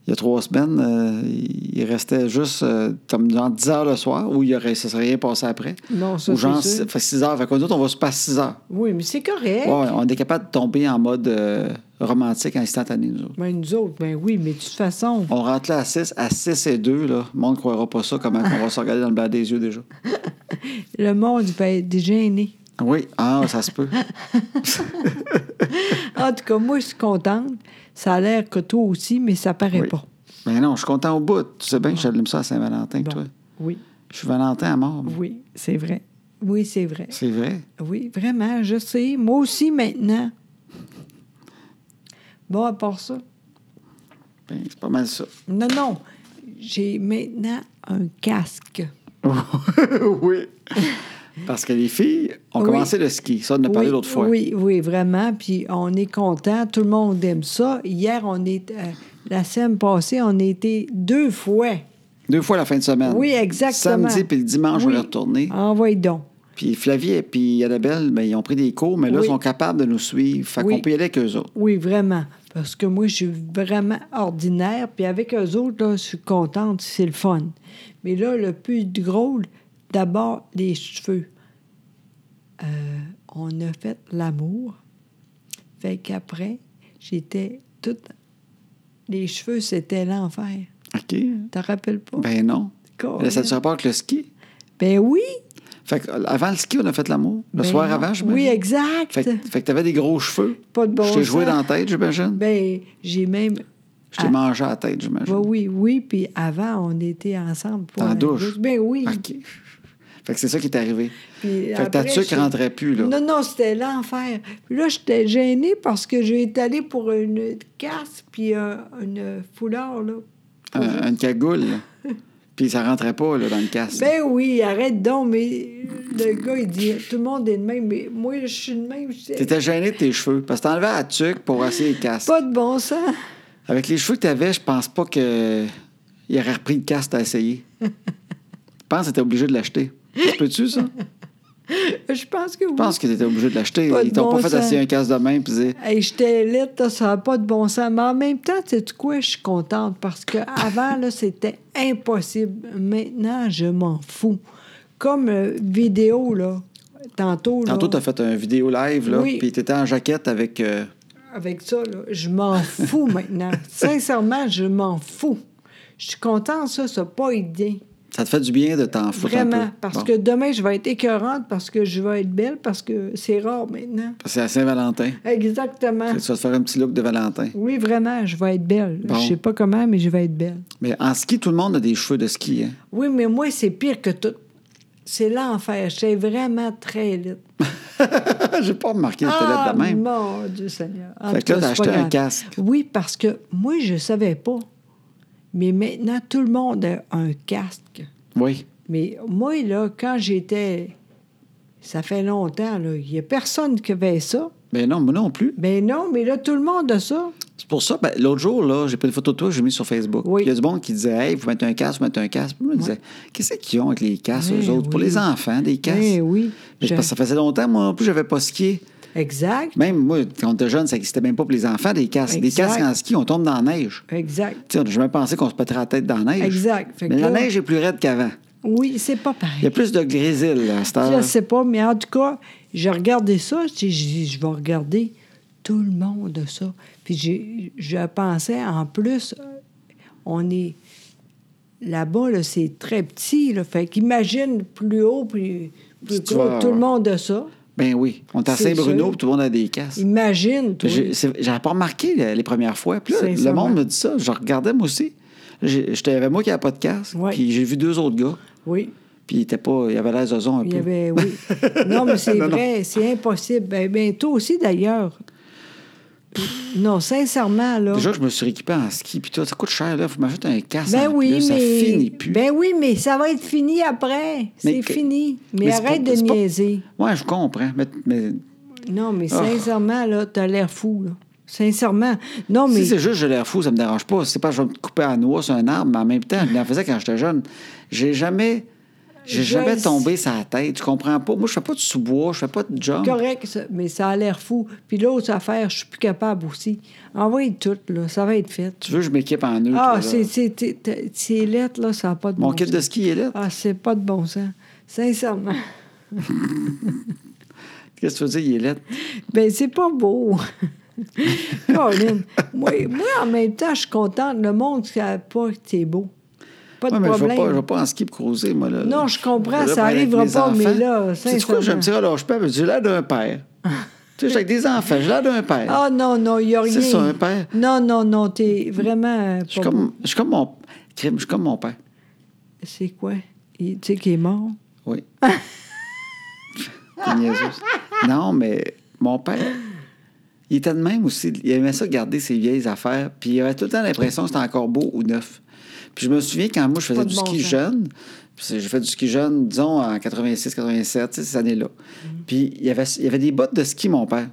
[SPEAKER 2] il y a trois semaines, euh, il il restait juste euh, comme genre 10 heures le soir, ou il y aurait, ça serait rien passé après.
[SPEAKER 1] Non, ça,
[SPEAKER 2] Ou genre,
[SPEAKER 1] c'est sûr.
[SPEAKER 2] fait 6 heures. Fait qu'on nous autres, on va se passer 6 heures.
[SPEAKER 1] Oui, mais c'est correct.
[SPEAKER 2] Ouais, on est capable de tomber en mode euh, romantique instantané, nous autres.
[SPEAKER 1] Ben nous autres, ben oui, mais de toute façon,
[SPEAKER 2] On rentre là à 6, à 6 et 2, là. Le monde ne croira pas ça, comment on va se regarder dans le bas des yeux déjà.
[SPEAKER 1] le monde va être gêné.
[SPEAKER 2] Oui, ah, ça se peut.
[SPEAKER 1] En tout cas, moi, je suis contente. Ça a l'air que toi aussi, mais ça paraît
[SPEAKER 2] Oui.
[SPEAKER 1] pas.
[SPEAKER 2] Mais non, je suis content au bout. Tu sais bien que j'allume ça à Saint-Valentin,
[SPEAKER 1] Bon.
[SPEAKER 2] toi.
[SPEAKER 1] Oui,
[SPEAKER 2] Je suis Valentin à mort. moi.
[SPEAKER 1] oui, c'est vrai. Oui, c'est vrai.
[SPEAKER 2] C'est vrai.
[SPEAKER 1] Oui, vraiment, je sais. Moi aussi maintenant. Bon, à part ça.
[SPEAKER 2] Ben, c'est pas mal ça.
[SPEAKER 1] Non, non. J'ai maintenant un casque.
[SPEAKER 2] oui. Parce que les filles ont
[SPEAKER 1] Oui.
[SPEAKER 2] commencé le ski. Ça, on en a parlé
[SPEAKER 1] Oui,
[SPEAKER 2] l'autre fois.
[SPEAKER 1] Oui, oui, vraiment. Puis on est content. Tout le monde aime ça. Hier, on est. euh, la semaine passée, on était deux fois.
[SPEAKER 2] Deux fois la fin de semaine.
[SPEAKER 1] Oui, exactement.
[SPEAKER 2] Samedi puis le dimanche, on
[SPEAKER 1] Oui. Ah.
[SPEAKER 2] est retourné.
[SPEAKER 1] Envoie donc.
[SPEAKER 2] Puis Flavie et puis Annabelle, ben, ils ont pris des cours, mais là,
[SPEAKER 1] Oui.
[SPEAKER 2] ils sont capables de nous suivre. Fait
[SPEAKER 1] Oui.
[SPEAKER 2] qu'on peut y aller avec eux autres.
[SPEAKER 1] Oui, vraiment. Parce que moi, je suis vraiment ordinaire. Puis avec eux autres, là, je suis contente. C'est le fun. Mais là, le plus drôle, d'abord, les cheveux. Euh, on a fait l'amour. Fait qu'après, j'étais toute. Les cheveux, c'était l'enfer.
[SPEAKER 2] OK?
[SPEAKER 1] T'en rappelles pas?
[SPEAKER 2] Ben non.
[SPEAKER 1] Colin.
[SPEAKER 2] Là, ça ne sera pas avec le ski.
[SPEAKER 1] Ben oui.
[SPEAKER 2] Fait que, euh, avant le ski, on a fait l'amour. Le
[SPEAKER 1] Ben
[SPEAKER 2] soir
[SPEAKER 1] non.
[SPEAKER 2] avant, j'imagine.
[SPEAKER 1] Oui, exact.
[SPEAKER 2] Fait, que- fait que t'avais des gros cheveux.
[SPEAKER 1] Pas de bon
[SPEAKER 2] Je t'ai joué
[SPEAKER 1] sens.
[SPEAKER 2] dans la tête, j'imagine.
[SPEAKER 1] Ben, j'ai même.
[SPEAKER 2] Je t'ai
[SPEAKER 1] Ah.
[SPEAKER 2] mangé à la tête,
[SPEAKER 1] Oui,
[SPEAKER 2] j'imagine.
[SPEAKER 1] oui, oui. Puis avant, on était ensemble. Pour
[SPEAKER 2] Dans la
[SPEAKER 1] la
[SPEAKER 2] douche.
[SPEAKER 1] Ben oui.
[SPEAKER 2] OK. Fait que c'est ça qui est arrivé.
[SPEAKER 1] Puis
[SPEAKER 2] fait que ta
[SPEAKER 1] après,
[SPEAKER 2] tuque
[SPEAKER 1] j'ai-
[SPEAKER 2] rentrait plus, là.
[SPEAKER 1] Non, non, c'était l'enfer. Puis là, j'étais gênée parce que j'ai été allée pour une casse puis un une foulard, là. Mhm.
[SPEAKER 2] Un- une cagoule. là. Puis ça rentrait pas, là, dans le casque.
[SPEAKER 1] Ben oui, arrête donc, mais le gars, il dit tout le monde est de même, mais moi, je suis de même. j'étais-
[SPEAKER 2] T'étais gêné de tes cheveux. Parce que t'enlevais la tuque pour essayer le casque.
[SPEAKER 1] Pas de bon sens.
[SPEAKER 2] Avec les cheveux que t'avais, je pense pas que il aurait repris le casque à essayer. Je pense que t'étais obligé de l'acheter. Ça se Peux-tu, ça?
[SPEAKER 1] Je pense que oui.
[SPEAKER 2] Je pense que t'étais obligé de l'acheter.
[SPEAKER 1] Pas de
[SPEAKER 2] Ils
[SPEAKER 1] bon
[SPEAKER 2] t'ont pas fait
[SPEAKER 1] sens.
[SPEAKER 2] essayer un casque de même. Puis dire,
[SPEAKER 1] Hey, j'étais laide, là, ça n'a pas de bon sens. Mais en même temps, tu sais quoi, je suis contente parce que avant là, c'était impossible. Maintenant, je m'en fous. Comme euh, vidéo, là, tantôt, là,
[SPEAKER 2] Tantôt, t'as fait un vidéo live, là,
[SPEAKER 1] Oui.
[SPEAKER 2] puis t'étais en jaquette avec... euh,
[SPEAKER 1] avec ça, là, je m'en fous maintenant. Sincèrement, je m'en fous. Je suis contente, ça, ça n'a pas aidé.
[SPEAKER 2] Ça te fait du bien de t'en foutre un peu.
[SPEAKER 1] Vraiment, parce
[SPEAKER 2] Bon.
[SPEAKER 1] que demain, je vais être écœurante, parce que je vais être belle, parce que c'est rare maintenant.
[SPEAKER 2] Parce que C'est à Saint-Valentin.
[SPEAKER 1] Exactement.
[SPEAKER 2] Tu vas te faire un petit look de Valentin.
[SPEAKER 1] Oui, vraiment, je vais être belle.
[SPEAKER 2] Bon.
[SPEAKER 1] Je sais pas comment, mais je vais être belle.
[SPEAKER 2] Mais en ski, tout le monde a des cheveux de ski. Hein?
[SPEAKER 1] Oui, mais moi, c'est pire que tout. C'est l'enfer. J'étais vraiment très laide.
[SPEAKER 2] J'ai pas remarqué que t'étais
[SPEAKER 1] Ah,
[SPEAKER 2] là de même.
[SPEAKER 1] mon Dieu Seigneur. En
[SPEAKER 2] Fait
[SPEAKER 1] tout
[SPEAKER 2] que là,
[SPEAKER 1] cas,
[SPEAKER 2] t'as
[SPEAKER 1] c'est pas
[SPEAKER 2] acheté un
[SPEAKER 1] grave.
[SPEAKER 2] casque.
[SPEAKER 1] Oui, parce que moi, je savais pas. Mais maintenant, tout le monde a un casque.
[SPEAKER 2] Oui.
[SPEAKER 1] Mais moi, là, quand j'étais... Ça fait longtemps, là. Il n'y a personne qui avait ça.
[SPEAKER 2] Ben non, moi non plus.
[SPEAKER 1] Ben non, mais là, tout le monde a ça.
[SPEAKER 2] C'est pour ça, ben, l'autre jour, là, j'ai pris une photo de toi, j'ai mis sur Facebook.
[SPEAKER 1] Oui.
[SPEAKER 2] Il y a du monde qui disait Hey, vous mettez un casque, vous mettez un casque. Puis Moi, je me disais Qu'est-ce qu'ils ont avec les casques,
[SPEAKER 1] Eh
[SPEAKER 2] eux autres Pour
[SPEAKER 1] oui.
[SPEAKER 2] les enfants, des casques.
[SPEAKER 1] Eh oui.
[SPEAKER 2] Mais c'est
[SPEAKER 1] Je-
[SPEAKER 2] parce que ça faisait longtemps, moi, en plus, j'avais pas skié.
[SPEAKER 1] Exact.
[SPEAKER 2] Même moi, quand on était jeune, ça n'existait même pas pour les enfants, des casques. Des
[SPEAKER 1] Exact.
[SPEAKER 2] casques en ski, on tombe dans la neige.
[SPEAKER 1] Exact.
[SPEAKER 2] Tu sais, on n'a jamais pensé qu'on se pèterait la tête dans la neige.
[SPEAKER 1] Exact. Fait que
[SPEAKER 2] Mais la
[SPEAKER 1] là-
[SPEAKER 2] neige est plus raide qu'avant.
[SPEAKER 1] Oui, c'est pas
[SPEAKER 2] Il y
[SPEAKER 1] pareil.
[SPEAKER 2] a plus de grésil là, à cette
[SPEAKER 1] Je
[SPEAKER 2] heure.
[SPEAKER 1] sais pas, mais en tout cas, j'ai regardé ça. tu sais, J'ai dit, je vais regarder tout le monde a ça. Puis j'ai- je pensais, en plus, euh, on est... Là-bas, là, c'est très petit. Là, fait qu'imagine plus haut, plus, plus
[SPEAKER 2] Si tu
[SPEAKER 1] gros,
[SPEAKER 2] vas-
[SPEAKER 1] tout le monde a ça.
[SPEAKER 2] Ben oui. On est à
[SPEAKER 1] C'est
[SPEAKER 2] Saint-Bruno,
[SPEAKER 1] sûr.
[SPEAKER 2] puis tout le monde a des casques.
[SPEAKER 1] Imagine, toi.
[SPEAKER 2] J'ai- c'est- J'avais pas remarqué le- les, premières fois. Puis là, le
[SPEAKER 1] Sincèrement.
[SPEAKER 2] monde me dit ça. Je regardais moi aussi. J'ai- J'étais avec moi qui n'avais pas de casque.
[SPEAKER 1] Ouais.
[SPEAKER 2] Puis j'ai vu deux autres gars.
[SPEAKER 1] Oui,
[SPEAKER 2] Puis il était pas. Il avait l'air zozon un
[SPEAKER 1] il y
[SPEAKER 2] peu.
[SPEAKER 1] avait... Oui. non, mais c'est
[SPEAKER 2] Non, non.
[SPEAKER 1] vrai, c'est impossible. Ben, ben, toi aussi, d'ailleurs. non, sincèrement, là...
[SPEAKER 2] Déjà, je me suis rééquipé en ski. Puis toi, ça coûte cher, là. Faut m'acheter un casque.
[SPEAKER 1] Ben
[SPEAKER 2] en
[SPEAKER 1] oui,
[SPEAKER 2] plus,
[SPEAKER 1] mais.
[SPEAKER 2] Ça finit plus.
[SPEAKER 1] Ben oui, mais ça va être fini après. C'est
[SPEAKER 2] que-
[SPEAKER 1] fini. Mais,
[SPEAKER 2] mais c'est
[SPEAKER 1] arrête
[SPEAKER 2] pas-
[SPEAKER 1] de
[SPEAKER 2] c'est pas-
[SPEAKER 1] niaiser.
[SPEAKER 2] Ouais, je comprends. Mais, mais
[SPEAKER 1] Non, mais
[SPEAKER 2] Ah.
[SPEAKER 1] sincèrement, là, t'as l'air fou, là. Sincèrement. Non, mais.
[SPEAKER 2] si c'est juste j'ai l'air fou, ça me dérange pas. C'est pas que je vais me couper à noix sur un arbre, mais en même temps, je l'en faisais quand j'étais jeune. J'ai jamais. J'ai
[SPEAKER 1] Je
[SPEAKER 2] jamais
[SPEAKER 1] le
[SPEAKER 2] tombé sur la tête. Tu comprends pas? Moi, je fais pas de sous-bois, je fais pas de jump.
[SPEAKER 1] correct, ça- mais ça a l'air fou. Puis l'autre affaire, je suis plus capable aussi. Envoyez tout, là. Ça va être fait.
[SPEAKER 2] Tu veux que je m'équipe en eux?
[SPEAKER 1] Ah, c'est- c'est c'est- t'as- c'est lettre, là, ça n'a pas de
[SPEAKER 2] Mon
[SPEAKER 1] bon
[SPEAKER 2] kit
[SPEAKER 1] sens.
[SPEAKER 2] de ski est là.
[SPEAKER 1] Ah, c'est pas de bon sens. Sincèrement.
[SPEAKER 2] Qu'est-ce que tu veux dire, il est laid?
[SPEAKER 1] Ben, c'est pas beau. Colin, moi, moi, en même temps, je suis contente. Le monde ne savent pas que c'est beau. Pas de
[SPEAKER 2] Ouais, mais je ne vais,
[SPEAKER 1] problème.
[SPEAKER 2] pas- je vais pas en ski pour cruiser, moi. Là,
[SPEAKER 1] Non, je comprends,
[SPEAKER 2] vais
[SPEAKER 1] ça
[SPEAKER 2] pas aller avec
[SPEAKER 1] arrivera
[SPEAKER 2] mes
[SPEAKER 1] pas, mais là,
[SPEAKER 2] Tu sais quoi, je vais
[SPEAKER 1] sincèrement.
[SPEAKER 2] me dire, alors, je peux, mais j'ai l'air d'un père. tu sais, j'ai avec des enfants, j'ai l'air d'un père.
[SPEAKER 1] Ah non, non, il n'y a rien.
[SPEAKER 2] C'est ça, un père.
[SPEAKER 1] Non, non, non, t'es vraiment... euh,
[SPEAKER 2] je, suis
[SPEAKER 1] pas beau.
[SPEAKER 2] comme, je suis comme mon. Crime, je suis comme mon père.
[SPEAKER 1] C'est quoi? Il- Tu sais qu'il est mort?
[SPEAKER 2] Oui. T'es niaiseuse. Non, mais mon père, il était de même aussi. Il aimait ça garder ses vieilles affaires. Puis il avait tout le temps l'impression que c'était encore beau ou neuf. Puis je me souviens quand moi, je faisais
[SPEAKER 1] Pas de
[SPEAKER 2] du
[SPEAKER 1] bon
[SPEAKER 2] ski
[SPEAKER 1] sens.
[SPEAKER 2] jeune. Puis c'est- j'ai fait du ski jeune, disons, en 86, 87, tu sais, ces années-là.
[SPEAKER 1] Mm-hmm.
[SPEAKER 2] Puis il y avait, il y avait des bottes de ski, mon père.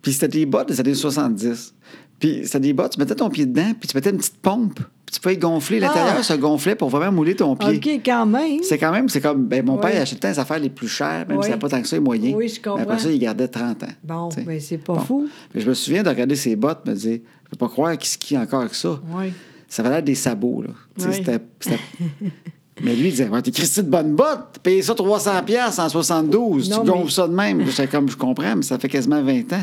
[SPEAKER 2] Puis c'était des bottes des années 70. Puis c'était des bottes, tu mettais ton pied dedans, puis tu mettais une petite pompe. Puis tu pouvais gonfler. L'intérieur
[SPEAKER 1] Ah!
[SPEAKER 2] se gonflait pour vraiment mouler ton pied.
[SPEAKER 1] OK, quand même.
[SPEAKER 2] C'est quand même, c'est comme, ben, mon
[SPEAKER 1] Oui.
[SPEAKER 2] père il achetait les affaires les plus chères, même
[SPEAKER 1] Oui.
[SPEAKER 2] s'il n'y a pas tant que ça, les moyens.
[SPEAKER 1] Oui, je comprends.
[SPEAKER 2] Mais Après ça, il gardait 30 ans.
[SPEAKER 1] Bon,
[SPEAKER 2] tu sais.
[SPEAKER 1] ben, c'est pas fou.
[SPEAKER 2] Mais je me souviens de regarder ses bottes, me dire, je peux pas croire qu'il skie encore avec ça.
[SPEAKER 1] Oui.
[SPEAKER 2] Ça valait des sabots, là. Tu sais,
[SPEAKER 1] Oui.
[SPEAKER 2] c'était- c'était- Mais lui, il disait, ouais, t'es Christy de bonne botte, paye ça 300 pièces en 72,
[SPEAKER 1] Non,
[SPEAKER 2] tu
[SPEAKER 1] mais-
[SPEAKER 2] gonfles ça de même. J'étais comme, je comprends, mais ça fait quasiment 20 ans.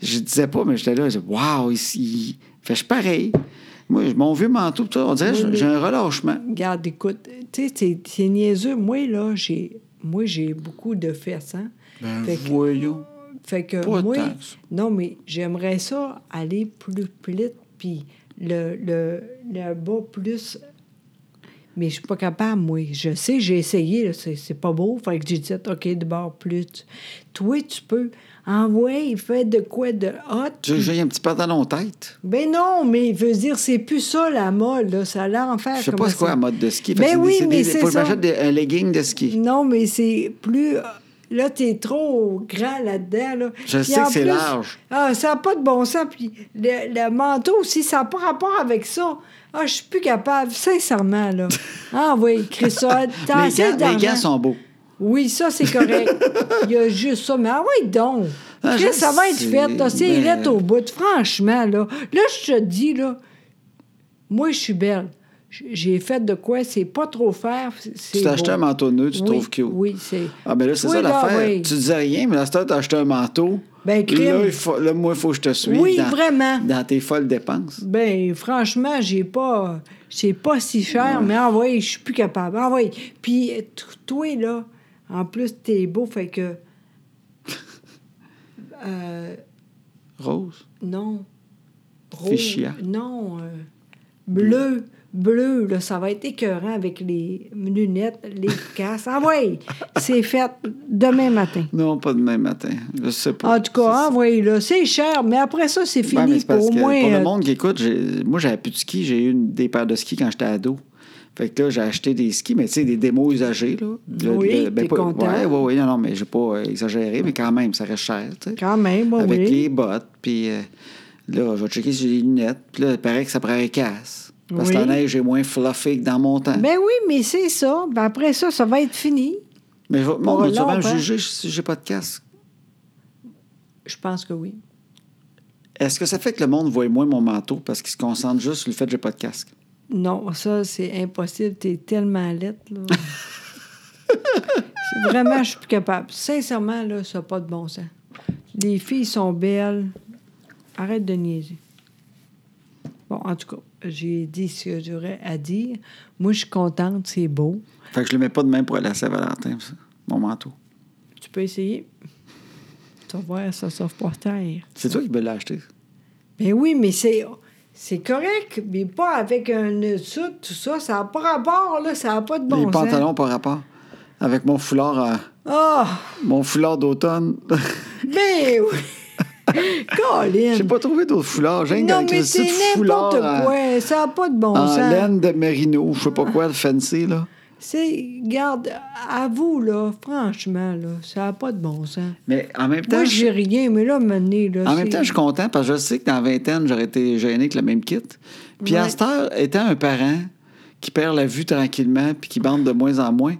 [SPEAKER 2] Je disais pas, mais j'étais là, je disais, waouh, ici, fait je pareil. Moi, mon vieux manteau, tout ça, on dirait,
[SPEAKER 1] Oui,
[SPEAKER 2] j'ai-
[SPEAKER 1] mais-
[SPEAKER 2] j'ai un relâchement.
[SPEAKER 1] Regarde, écoute, tu sais, c'est- c'est niaiseux. Moi, là, j'ai moi j'ai beaucoup de fesses, hein.
[SPEAKER 2] Ben,
[SPEAKER 1] Fait que-
[SPEAKER 2] voyons.
[SPEAKER 1] Fait que
[SPEAKER 2] Pas
[SPEAKER 1] moi,
[SPEAKER 2] tant que ça.
[SPEAKER 1] non, mais j'aimerais ça aller plus plite, puis le, le, le bas plus. Mais je suis pas capable, moi. Je sais, j'ai essayé, là, c'est, c'est pas beau. Fait que j'ai dit, OK, de bord plus. Toi, tu peux. Envoyer, il fait de quoi de hot.
[SPEAKER 2] J'ai j'ai un petit pantalon tête.
[SPEAKER 1] Ben non, mais il veut dire, c'est plus ça, la mode, là. Ça l'enfer.
[SPEAKER 2] Je sais
[SPEAKER 1] Ah, comment
[SPEAKER 2] pas c'est quoi
[SPEAKER 1] ça-
[SPEAKER 2] la mode de ski. Fait que
[SPEAKER 1] Ben
[SPEAKER 2] c'est des-
[SPEAKER 1] oui,
[SPEAKER 2] c'est
[SPEAKER 1] mais
[SPEAKER 2] des-
[SPEAKER 1] c'est
[SPEAKER 2] faut que
[SPEAKER 1] ça.
[SPEAKER 2] j'achète des- un legging de ski.
[SPEAKER 1] Non, mais c'est plus. euh, Là, t'es trop grand là-dedans. Là.
[SPEAKER 2] Je
[SPEAKER 1] Puis
[SPEAKER 2] sais que
[SPEAKER 1] en
[SPEAKER 2] c'est large.
[SPEAKER 1] Ah, ça n'a pas de bon sens. Puis le, le manteau aussi, ça n'a pas rapport avec ça. Ah, je suis plus capable, sincèrement, là. Ah oui, Christophe, t'as
[SPEAKER 2] Les
[SPEAKER 1] assez
[SPEAKER 2] gars, les gars
[SPEAKER 1] d'argent.
[SPEAKER 2] sont beaux.
[SPEAKER 1] Oui, ça, c'est correct. Il y a juste ça. Mais ah oui, donc.
[SPEAKER 2] Ah,
[SPEAKER 1] Chris,
[SPEAKER 2] je
[SPEAKER 1] ça va être
[SPEAKER 2] sais,
[SPEAKER 1] fait, là. C'est
[SPEAKER 2] ben-
[SPEAKER 1] laid au bout. Franchement, là. Là, je te dis, là, moi, je suis belle. J- J'ai fait de quoi? C'est pas trop faire. c'est
[SPEAKER 2] Tu t'achètes
[SPEAKER 1] beau.
[SPEAKER 2] un manteau nœud, tu
[SPEAKER 1] Oui,
[SPEAKER 2] trouves cute.
[SPEAKER 1] Oui, c'est.
[SPEAKER 2] Ah, ben là, c'est
[SPEAKER 1] Oui,
[SPEAKER 2] ça l'affaire.
[SPEAKER 1] oui.
[SPEAKER 2] Tu disais rien, mais là, c'est t'as acheté un manteau.
[SPEAKER 1] Ben, crime.
[SPEAKER 2] Là, il faut, là, moi, il faut que je te suive.
[SPEAKER 1] Oui,
[SPEAKER 2] dans-
[SPEAKER 1] vraiment.
[SPEAKER 2] Dans tes folles dépenses.
[SPEAKER 1] Ben, franchement, j'ai pas. C'est pas si cher, mais ah ouais, je suis plus capable. Ah ouais. Puis, t- toi, là, en plus, t'es beau, fait que. Euh,
[SPEAKER 2] Rose.
[SPEAKER 1] Non.
[SPEAKER 2] Fait chiant.
[SPEAKER 1] Non. euh, bleu. Bleu, là, ça va être écœurant avec les lunettes, les casses. Ah ouais, c'est fait demain matin.
[SPEAKER 2] Non, pas demain matin. Je sais pas.
[SPEAKER 1] En tout cas, ah ouais, là, c'est cher, mais après ça, c'est
[SPEAKER 2] Ouais, Ben, mais
[SPEAKER 1] fini
[SPEAKER 2] c'est parce
[SPEAKER 1] pour au
[SPEAKER 2] que
[SPEAKER 1] moins.
[SPEAKER 2] Pour le
[SPEAKER 1] euh,
[SPEAKER 2] monde qui écoute, j'ai- moi, j'avais plus de ski. J'ai eu une- des paires de skis quand j'étais ado. Fait que là, j'ai acheté des skis, mais tu sais, des démos usagés, là. Le-
[SPEAKER 1] Oui,
[SPEAKER 2] le- ben,
[SPEAKER 1] t'es
[SPEAKER 2] pas-
[SPEAKER 1] content.
[SPEAKER 2] Ouais, ouais, ouais, non, non, mais j'ai pas euh, exagéré, mais quand même, ça reste cher, tu sais.
[SPEAKER 1] Quand même, oui.
[SPEAKER 2] Avec
[SPEAKER 1] Ah oui.
[SPEAKER 2] les bottes, puis euh, là, je vais checker si j'ai des lunettes. Puis là, il paraît que ça prend un casse. Parce que
[SPEAKER 1] Oui.
[SPEAKER 2] la neige est moins fluffée que dans mon temps.
[SPEAKER 1] Ben oui, mais c'est ça. Ben après ça, ça va être fini.
[SPEAKER 2] mais je vais- moi, on
[SPEAKER 1] pas
[SPEAKER 2] va souvent
[SPEAKER 1] long, hein.
[SPEAKER 2] juger si j'ai pas de casque.
[SPEAKER 1] Je pense que oui.
[SPEAKER 2] Est-ce que ça fait que le monde voit moins mon manteau parce qu'il se concentre juste sur le fait que j'ai pas de casque?
[SPEAKER 1] Non, ça, c'est impossible. T'es tellement laite, là. C'est- Vraiment, je suis plus capable. Sincèrement, là, ça n'a pas de bon sens. Les filles sont belles. Arrête de niaiser. Bon, en tout cas, j'ai dit ce que j'aurais à dire. Moi, je suis contente, c'est beau.
[SPEAKER 2] Fait que je le mets pas de même pour aller à Saint-Valentin, ça, mon manteau.
[SPEAKER 1] Tu peux essayer. Tu vas voir, ça sort pas terre.
[SPEAKER 2] C'est toi qui veux l'acheter.
[SPEAKER 1] Ben oui, mais c'est. C'est correct, mais pas avec un soute, tout ça. Ça n'a pas rapport, là. Ça n'a pas de bon hein.
[SPEAKER 2] Les
[SPEAKER 1] sens.
[SPEAKER 2] pantalons par rapport. Avec mon foulard, euh,
[SPEAKER 1] Ah!
[SPEAKER 2] mon foulard d'automne.
[SPEAKER 1] Mais oui! Colin!
[SPEAKER 2] j'ai pas trouvé d'autres foulards. J'ai un
[SPEAKER 1] Non,
[SPEAKER 2] avec
[SPEAKER 1] mais
[SPEAKER 2] le
[SPEAKER 1] c'est
[SPEAKER 2] site foulard
[SPEAKER 1] n'importe
[SPEAKER 2] euh,
[SPEAKER 1] quoi. Ça n'a pas de bon
[SPEAKER 2] en
[SPEAKER 1] sens.
[SPEAKER 2] laine de merino, je sais pas quoi, de fancy, là.
[SPEAKER 1] C'est, garde, à vous, là, franchement, là, ça n'a pas de bon sens.
[SPEAKER 2] Mais en même temps,
[SPEAKER 1] Moi,
[SPEAKER 2] je-
[SPEAKER 1] j'ai rien, mais là, mené, là.
[SPEAKER 2] en
[SPEAKER 1] c'est-
[SPEAKER 2] même temps, je suis content parce que je sais que dans la vingtaine, j'aurais été gêné avec le même kit. Puis à
[SPEAKER 1] Ouais.
[SPEAKER 2] cette heure, étant un parent qui perd la vue tranquillement puis qui bande de moins en moins,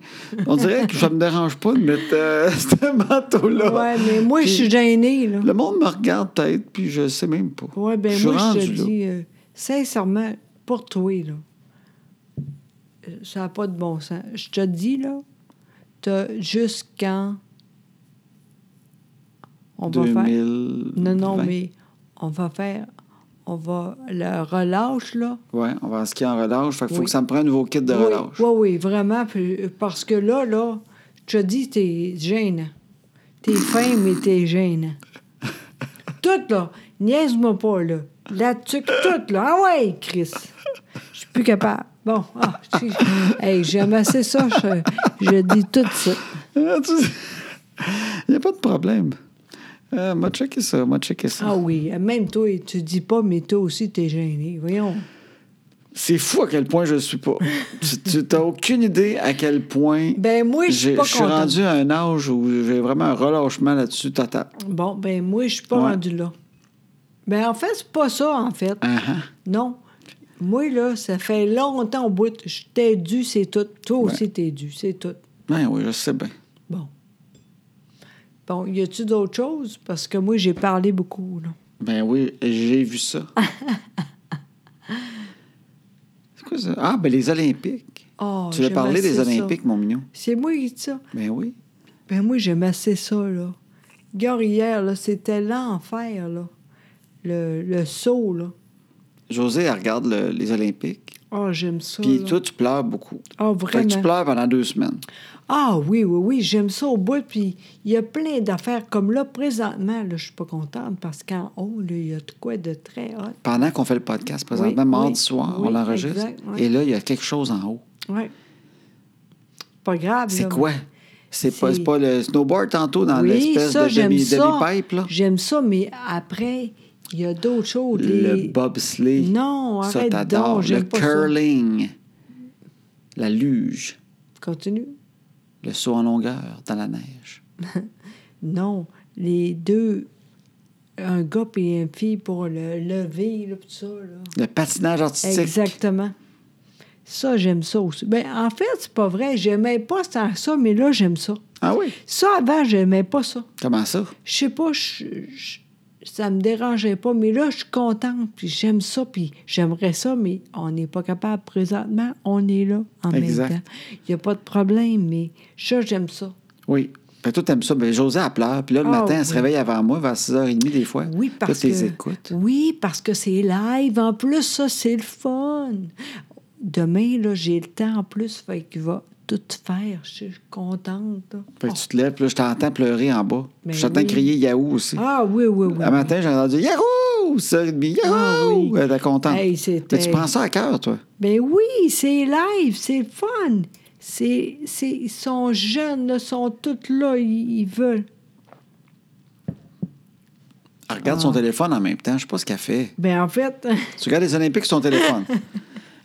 [SPEAKER 2] on dirait que ça me dérange pas de mettre euh, ce manteau-là.
[SPEAKER 1] Ouais, mais moi, je
[SPEAKER 2] Puis
[SPEAKER 1] suis gênée, là.
[SPEAKER 2] Le monde me regarde peut-être, puis je sais même pas.
[SPEAKER 1] Ouais, ben
[SPEAKER 2] suis
[SPEAKER 1] moi, je
[SPEAKER 2] rendu
[SPEAKER 1] te
[SPEAKER 2] là.
[SPEAKER 1] dis, euh, sincèrement, pour toi, là, euh, ça n'a pas de bon sens. Je te dis, là, t'as jusqu'en. On va faire.
[SPEAKER 2] 2000.
[SPEAKER 1] Non, non, mais on va faire. On va. Le relâche, là.
[SPEAKER 2] Ouais, on va en skier en relâche. Fait qu'il faut
[SPEAKER 1] Oui.
[SPEAKER 2] que ça me prenne un nouveau kit de
[SPEAKER 1] oui,
[SPEAKER 2] relâche.
[SPEAKER 1] Oui, oui, vraiment. puis, euh, Parce que là, là, je te dis, t'es gênant. T'es fin, mais t'es gênant. Tout, là. Niaise-moi pas, là. La tuque, tout, là. Ah ouais, Chris. Je suis plus capable. Bon, ah, tu- hey, j'aime assez ça. Je, je dis tout ça.
[SPEAKER 2] Ah, tu- Il n'y a pas de problème. Euh, m'a checké ça, m'a checké ça.
[SPEAKER 1] Ah oui, même toi, tu dis pas, mais toi aussi, t'es gêné. Voyons.
[SPEAKER 2] C'est fou à quel point je le suis pas. tu n'as aucune idée à quel point.
[SPEAKER 1] Ben, moi, je suis
[SPEAKER 2] j'ai-
[SPEAKER 1] pas
[SPEAKER 2] je suis
[SPEAKER 1] contente.
[SPEAKER 2] rendu à un âge où j'ai vraiment un relâchement là-dessus total.
[SPEAKER 1] Bon, ben, moi, je suis pas
[SPEAKER 2] Ouais.
[SPEAKER 1] rendue là. Ben, en fait, c'est pas ça, en fait.
[SPEAKER 2] Ah, ah.
[SPEAKER 1] Non. Moi, là, ça fait longtemps au bout. Je t'ai dû, c'est tout. Toi aussi, t'es dû, c'est tout.
[SPEAKER 2] Ben oui, je sais bien.
[SPEAKER 1] Bon. Bon, y a-tu d'autres choses? Parce que moi, j'ai parlé beaucoup, là.
[SPEAKER 2] Ben oui, j'ai vu ça. c'est quoi ça? Ah, ben les Olympiques.
[SPEAKER 1] Ah,
[SPEAKER 2] tu veux
[SPEAKER 1] j'aime
[SPEAKER 2] parler des
[SPEAKER 1] assez ça.
[SPEAKER 2] Olympiques, mon mignon?
[SPEAKER 1] C'est moi qui dis ça.
[SPEAKER 2] Ben oui.
[SPEAKER 1] Ben moi, j'aime assez ça, là. Regarde, hier, là, c'était l'enfer, là. Le, le saut, là.
[SPEAKER 2] José, elle regarde le- les Olympiques.
[SPEAKER 1] Oh, j'aime ça.
[SPEAKER 2] Puis
[SPEAKER 1] là.
[SPEAKER 2] toi, tu pleures beaucoup.
[SPEAKER 1] Ah,
[SPEAKER 2] Fait que tu
[SPEAKER 1] vraiment?
[SPEAKER 2] pleures pendant deux semaines.
[SPEAKER 1] Ah oui, oui, oui, j'aime ça au bout. Puis il y a plein d'affaires comme là, présentement, là, je suis pas contente parce qu'en haut, là, il y a de quoi de très hot.
[SPEAKER 2] Pendant qu'on fait le podcast, présentement,
[SPEAKER 1] Oui,
[SPEAKER 2] mardi
[SPEAKER 1] oui,
[SPEAKER 2] soir,
[SPEAKER 1] oui,
[SPEAKER 2] on l'enregistre.
[SPEAKER 1] exact, ouais.
[SPEAKER 2] Et là, il y a quelque chose en haut.
[SPEAKER 1] Ouais. Pas grave.
[SPEAKER 2] C'est
[SPEAKER 1] là.
[SPEAKER 2] quoi? C'est pas,
[SPEAKER 1] C'est-
[SPEAKER 2] c'est pas le snowboard tantôt dans
[SPEAKER 1] Oui,
[SPEAKER 2] l'espèce
[SPEAKER 1] ça,
[SPEAKER 2] de
[SPEAKER 1] j'aime
[SPEAKER 2] demi-
[SPEAKER 1] ça.
[SPEAKER 2] demi-pipe, là?
[SPEAKER 1] J'aime ça, mais après, il y a d'autres choses. les-
[SPEAKER 2] Le bobsleigh.
[SPEAKER 1] Non,
[SPEAKER 2] ça,
[SPEAKER 1] arrête
[SPEAKER 2] t'adores.
[SPEAKER 1] donc,
[SPEAKER 2] Le
[SPEAKER 1] j'aime pas ça.
[SPEAKER 2] curling. La luge.
[SPEAKER 1] Continue.
[SPEAKER 2] Le saut en longueur dans la neige.
[SPEAKER 1] Non, les deux, un gars et une fille pour le lever, là, pis tout ça, là.
[SPEAKER 2] Le patinage artistique.
[SPEAKER 1] Exactement. Ça, j'aime ça aussi. Ben, en fait, c'est pas vrai. J'aimais pas tant que ça, mais là, j'aime ça.
[SPEAKER 2] Ah oui?
[SPEAKER 1] Ça, avant, j'aimais pas ça.
[SPEAKER 2] Comment ça?
[SPEAKER 1] Je sais pas, je- je- ça me dérangeait pas, mais là, je suis contente, puis j'aime ça, puis j'aimerais ça, mais on n'est pas capable présentement. On est là en
[SPEAKER 2] Exact.
[SPEAKER 1] même temps. Il n'y a pas de problème, mais ça, j'aime ça.
[SPEAKER 2] Oui. Fait que toi, t'aimes ça. Ben, José, elle pleure. Puis là, le
[SPEAKER 1] Ah,
[SPEAKER 2] matin, elle se
[SPEAKER 1] oui.
[SPEAKER 2] réveille avant moi, vers 6h30 des fois.
[SPEAKER 1] Oui, parce
[SPEAKER 2] Toi, t'es
[SPEAKER 1] que
[SPEAKER 2] écoutes.
[SPEAKER 1] oui, parce que c'est live. En plus, ça c'est le fun. Demain là, j'ai le temps en plus, fait qu'il va tout faire. Je suis contente. là.
[SPEAKER 2] Fait que tu te lèves, puis là, je t'entends pleurer en bas.
[SPEAKER 1] Oh. Ben
[SPEAKER 2] je t'entends
[SPEAKER 1] oui.
[SPEAKER 2] crier Yahoo aussi.
[SPEAKER 1] Ah oui oui oui.
[SPEAKER 2] Un matin, j'ai entendu Yahoo! 6h30, Yahoo!
[SPEAKER 1] Ah oui.
[SPEAKER 2] Elle était contente.
[SPEAKER 1] Hey,
[SPEAKER 2] Mais
[SPEAKER 1] c'était-
[SPEAKER 2] tu prends ça à cœur, toi.
[SPEAKER 1] Ben oui, c'est live, c'est le fun. C'est c'est ils sont jeunes, là, ils sont tous là, ils, ils veulent.
[SPEAKER 2] Elle regarde
[SPEAKER 1] Ah.
[SPEAKER 2] son téléphone en même temps. Je sais pas ce qu'elle fait.
[SPEAKER 1] Ben en fait,
[SPEAKER 2] Tu regardes les Olympiques sur ton téléphone.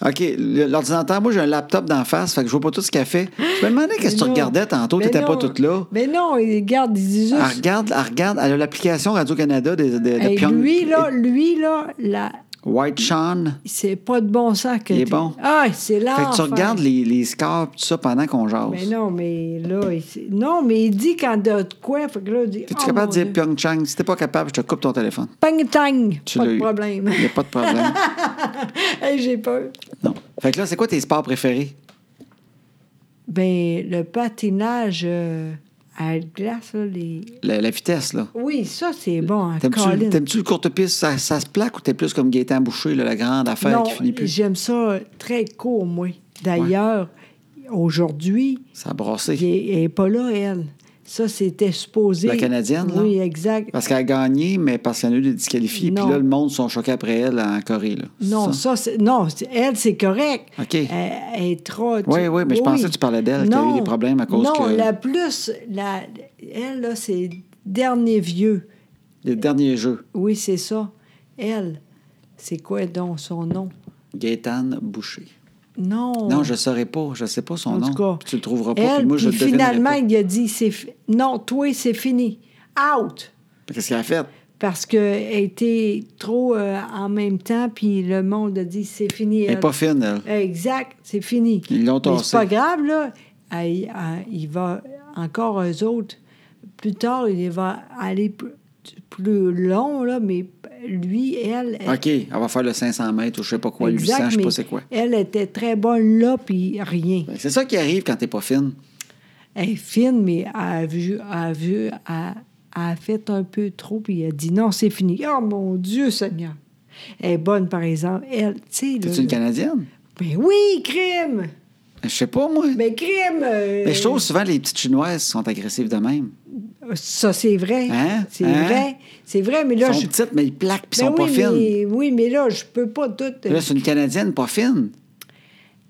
[SPEAKER 2] OK, le- l'ordinateur, moi, j'ai un laptop d'en face, fait que je vois pas tout ce qu'elle fait. Je me demandais qu'est-ce que tu
[SPEAKER 1] non.
[SPEAKER 2] regardais tantôt,
[SPEAKER 1] Ben
[SPEAKER 2] t'étais pas
[SPEAKER 1] non.
[SPEAKER 2] toute là. Ah,
[SPEAKER 1] Ben non, ils gardent, ils disent
[SPEAKER 2] Elle
[SPEAKER 1] juste.
[SPEAKER 2] regarde, elle regarde, elle a l'application Radio-Canada de, de, de
[SPEAKER 1] Hey,
[SPEAKER 2] Pyong-
[SPEAKER 1] lui là, lui là, là,
[SPEAKER 2] White Sean.
[SPEAKER 1] c'est pas de bon sens que.
[SPEAKER 2] Il est
[SPEAKER 1] t'es-
[SPEAKER 2] bon.
[SPEAKER 1] Ah, c'est là.
[SPEAKER 2] Fait que tu regardes les, les scores, tout ça, pendant qu'on jase.
[SPEAKER 1] Mais non, mais là, il... s'est- non, mais il dit quand de quoi, fait que là, il dit.
[SPEAKER 2] Es-tu
[SPEAKER 1] oh,
[SPEAKER 2] capable
[SPEAKER 1] mon
[SPEAKER 2] de dire
[SPEAKER 1] Dieu.
[SPEAKER 2] Pyeongchang? Si t'es pas capable, je te coupe ton téléphone.
[SPEAKER 1] Pang tang,
[SPEAKER 2] Tu
[SPEAKER 1] pas
[SPEAKER 2] l'as
[SPEAKER 1] de
[SPEAKER 2] eu.
[SPEAKER 1] problème.
[SPEAKER 2] Il n'y a pas de problème.
[SPEAKER 1] Hey, j'ai peur.
[SPEAKER 2] non. Fait que là, c'est quoi tes sports préférés?
[SPEAKER 1] Ben, le patinage euh, à la glace, là, les.
[SPEAKER 2] La, la vitesse, là.
[SPEAKER 1] Oui, ça, c'est bon. hein,
[SPEAKER 2] T'aimes-tu
[SPEAKER 1] Colin.
[SPEAKER 2] t'aimes-tu le courte piste? Ça, ça se plaque ou t'es plus comme Gaétan Boucher, là, la grande affaire
[SPEAKER 1] Non,
[SPEAKER 2] qui finit plus?
[SPEAKER 1] j'aime ça très court, moi. D'ailleurs, aujourd'hui,
[SPEAKER 2] Ça a brassé.
[SPEAKER 1] elle n'est pas là, elle. Ça, c'était supposé.
[SPEAKER 2] La Canadienne, là?
[SPEAKER 1] Oui, exact.
[SPEAKER 2] Parce qu'elle a gagné, mais parce qu'il y en a eu des disqualifiés. Puis
[SPEAKER 1] Non.
[SPEAKER 2] là, le monde sont choqués après elle en Corée. Là. C'est
[SPEAKER 1] Non,
[SPEAKER 2] ça.
[SPEAKER 1] ça, c'est- non, c'est- elle, c'est correct.
[SPEAKER 2] OK.
[SPEAKER 1] Elle, elle est trop. tu-
[SPEAKER 2] Oui, oui, mais je pensais que tu parlais d'elle, qu'elle a eu
[SPEAKER 1] Non.
[SPEAKER 2] des problèmes à cause
[SPEAKER 1] non,
[SPEAKER 2] que-
[SPEAKER 1] la plus, la, elle, là, c'est dernier vieux.
[SPEAKER 2] Les derniers jeux,
[SPEAKER 1] Oui, c'est ça. Elle, c'est quoi donc son nom?
[SPEAKER 2] Gaétan Boucher.
[SPEAKER 1] Non.
[SPEAKER 2] Non, je ne saurais pas. Je ne sais pas son
[SPEAKER 1] En
[SPEAKER 2] nom.
[SPEAKER 1] tout cas,
[SPEAKER 2] Puis tu le trouveras pas.
[SPEAKER 1] Elle,
[SPEAKER 2] puis moi, je
[SPEAKER 1] puis
[SPEAKER 2] le devinerai
[SPEAKER 1] finalement,
[SPEAKER 2] pas.
[SPEAKER 1] il a dit, c'est fi- non, toi, c'est fini. Out!
[SPEAKER 2] Qu'est-ce qu'elle a fait?
[SPEAKER 1] Parce qu'elle était trop euh, en même temps, puis le monde a dit, c'est fini.
[SPEAKER 2] Elle n'est
[SPEAKER 1] elle.
[SPEAKER 2] pas fine, elle.
[SPEAKER 1] Exact, c'est fini.
[SPEAKER 2] Ils l'ont
[SPEAKER 1] Mais
[SPEAKER 2] tassé.
[SPEAKER 1] C'est pas grave, là. Ah, Il, ah, il va encore eux autres. Plus tard, il va aller p- plus long, là, mais lui, elle. elle-
[SPEAKER 2] OK, elle va faire le 500 mètres ou je sais pas quoi, 800, je sais pas
[SPEAKER 1] mais
[SPEAKER 2] c'est quoi.
[SPEAKER 1] Elle était très bonne là, puis rien.
[SPEAKER 2] Ben, C'est ça qui arrive quand t'es pas fine.
[SPEAKER 1] Elle est fine, mais elle a vu, elle a, vu, elle- elle a fait un peu trop, puis elle a dit non, c'est fini. Oh mon Dieu, Seigneur! Elle est bonne, par exemple. Elle, tu sais. là,
[SPEAKER 2] T'es-tu une
[SPEAKER 1] là-
[SPEAKER 2] Canadienne?
[SPEAKER 1] Ben oui, crime!
[SPEAKER 2] Ben, Je sais pas, moi.
[SPEAKER 1] Ben crime! euh,
[SPEAKER 2] Mais je trouve souvent les petites Chinoises sont agressives de même.
[SPEAKER 1] Ça, c'est vrai.
[SPEAKER 2] Hein?
[SPEAKER 1] C'est
[SPEAKER 2] Hein?
[SPEAKER 1] vrai. C'est vrai, mais là,
[SPEAKER 2] Elles sont
[SPEAKER 1] je.
[SPEAKER 2] petites, mais ils plaquent puis ils
[SPEAKER 1] Ben
[SPEAKER 2] sont pas
[SPEAKER 1] oui,
[SPEAKER 2] fines.
[SPEAKER 1] mais, oui, mais là, je peux pas tout.
[SPEAKER 2] Là, c'est une Canadienne pas fine.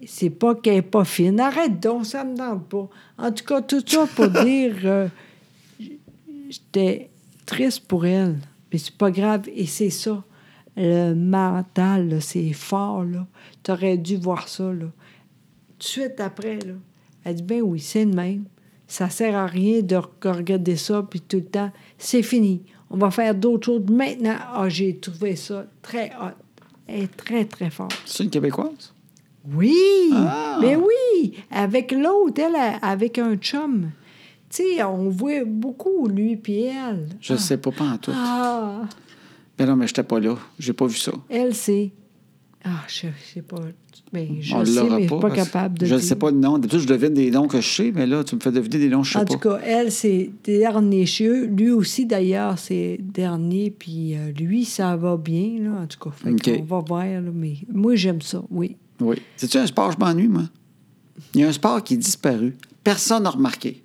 [SPEAKER 1] C'est pas qu'elle est pas fine. Arrête donc, ça me tente pas. En tout cas, tout ça pour dire. euh, j- J'étais triste pour elle. Mais c'est pas grave. Et c'est ça. le mental, là, c'est fort, là. T'aurais dû voir ça, là. Tout de suite après, là. Elle dit, ben oui, c'est le même. Ça sert à rien de re- regarder ça, puis tout le temps, c'est fini. On va faire d'autres choses maintenant. Ah, j'ai trouvé ça très hot. Elle est très, très fort.
[SPEAKER 2] C'est une Québécoise?
[SPEAKER 1] Oui,
[SPEAKER 2] Ah!
[SPEAKER 1] mais oui, avec l'autre, elle, elle, avec un chum. Tu sais, on voit beaucoup lui puis elle.
[SPEAKER 2] Je
[SPEAKER 1] Ah.
[SPEAKER 2] sais pas, pas en tout.
[SPEAKER 1] Ah,
[SPEAKER 2] Mais non, mais j'étais pas là. J'ai pas vu ça.
[SPEAKER 1] elle sait. Ah, je sais pas. Ben, je
[SPEAKER 2] On
[SPEAKER 1] sais,
[SPEAKER 2] l'aura
[SPEAKER 1] mais je suis pas
[SPEAKER 2] parce-
[SPEAKER 1] capable de.
[SPEAKER 2] Je ne
[SPEAKER 1] dire.
[SPEAKER 2] sais pas le nom. D'habitude, je devine des noms que je sais, mais là, tu me fais deviner des noms que je sais
[SPEAKER 1] En
[SPEAKER 2] pas.
[SPEAKER 1] tout cas, elle, c'est dernier cheveux. Lui aussi, d'ailleurs, c'est dernier. Puis euh, lui, ça va bien, là, en tout cas. Fait
[SPEAKER 2] OK.
[SPEAKER 1] On va voir, là, mais moi, j'aime ça, oui.
[SPEAKER 2] Oui. C'est-tu un sport, je m'ennuie, moi? Il y a un sport qui est disparu. Personne n'a remarqué.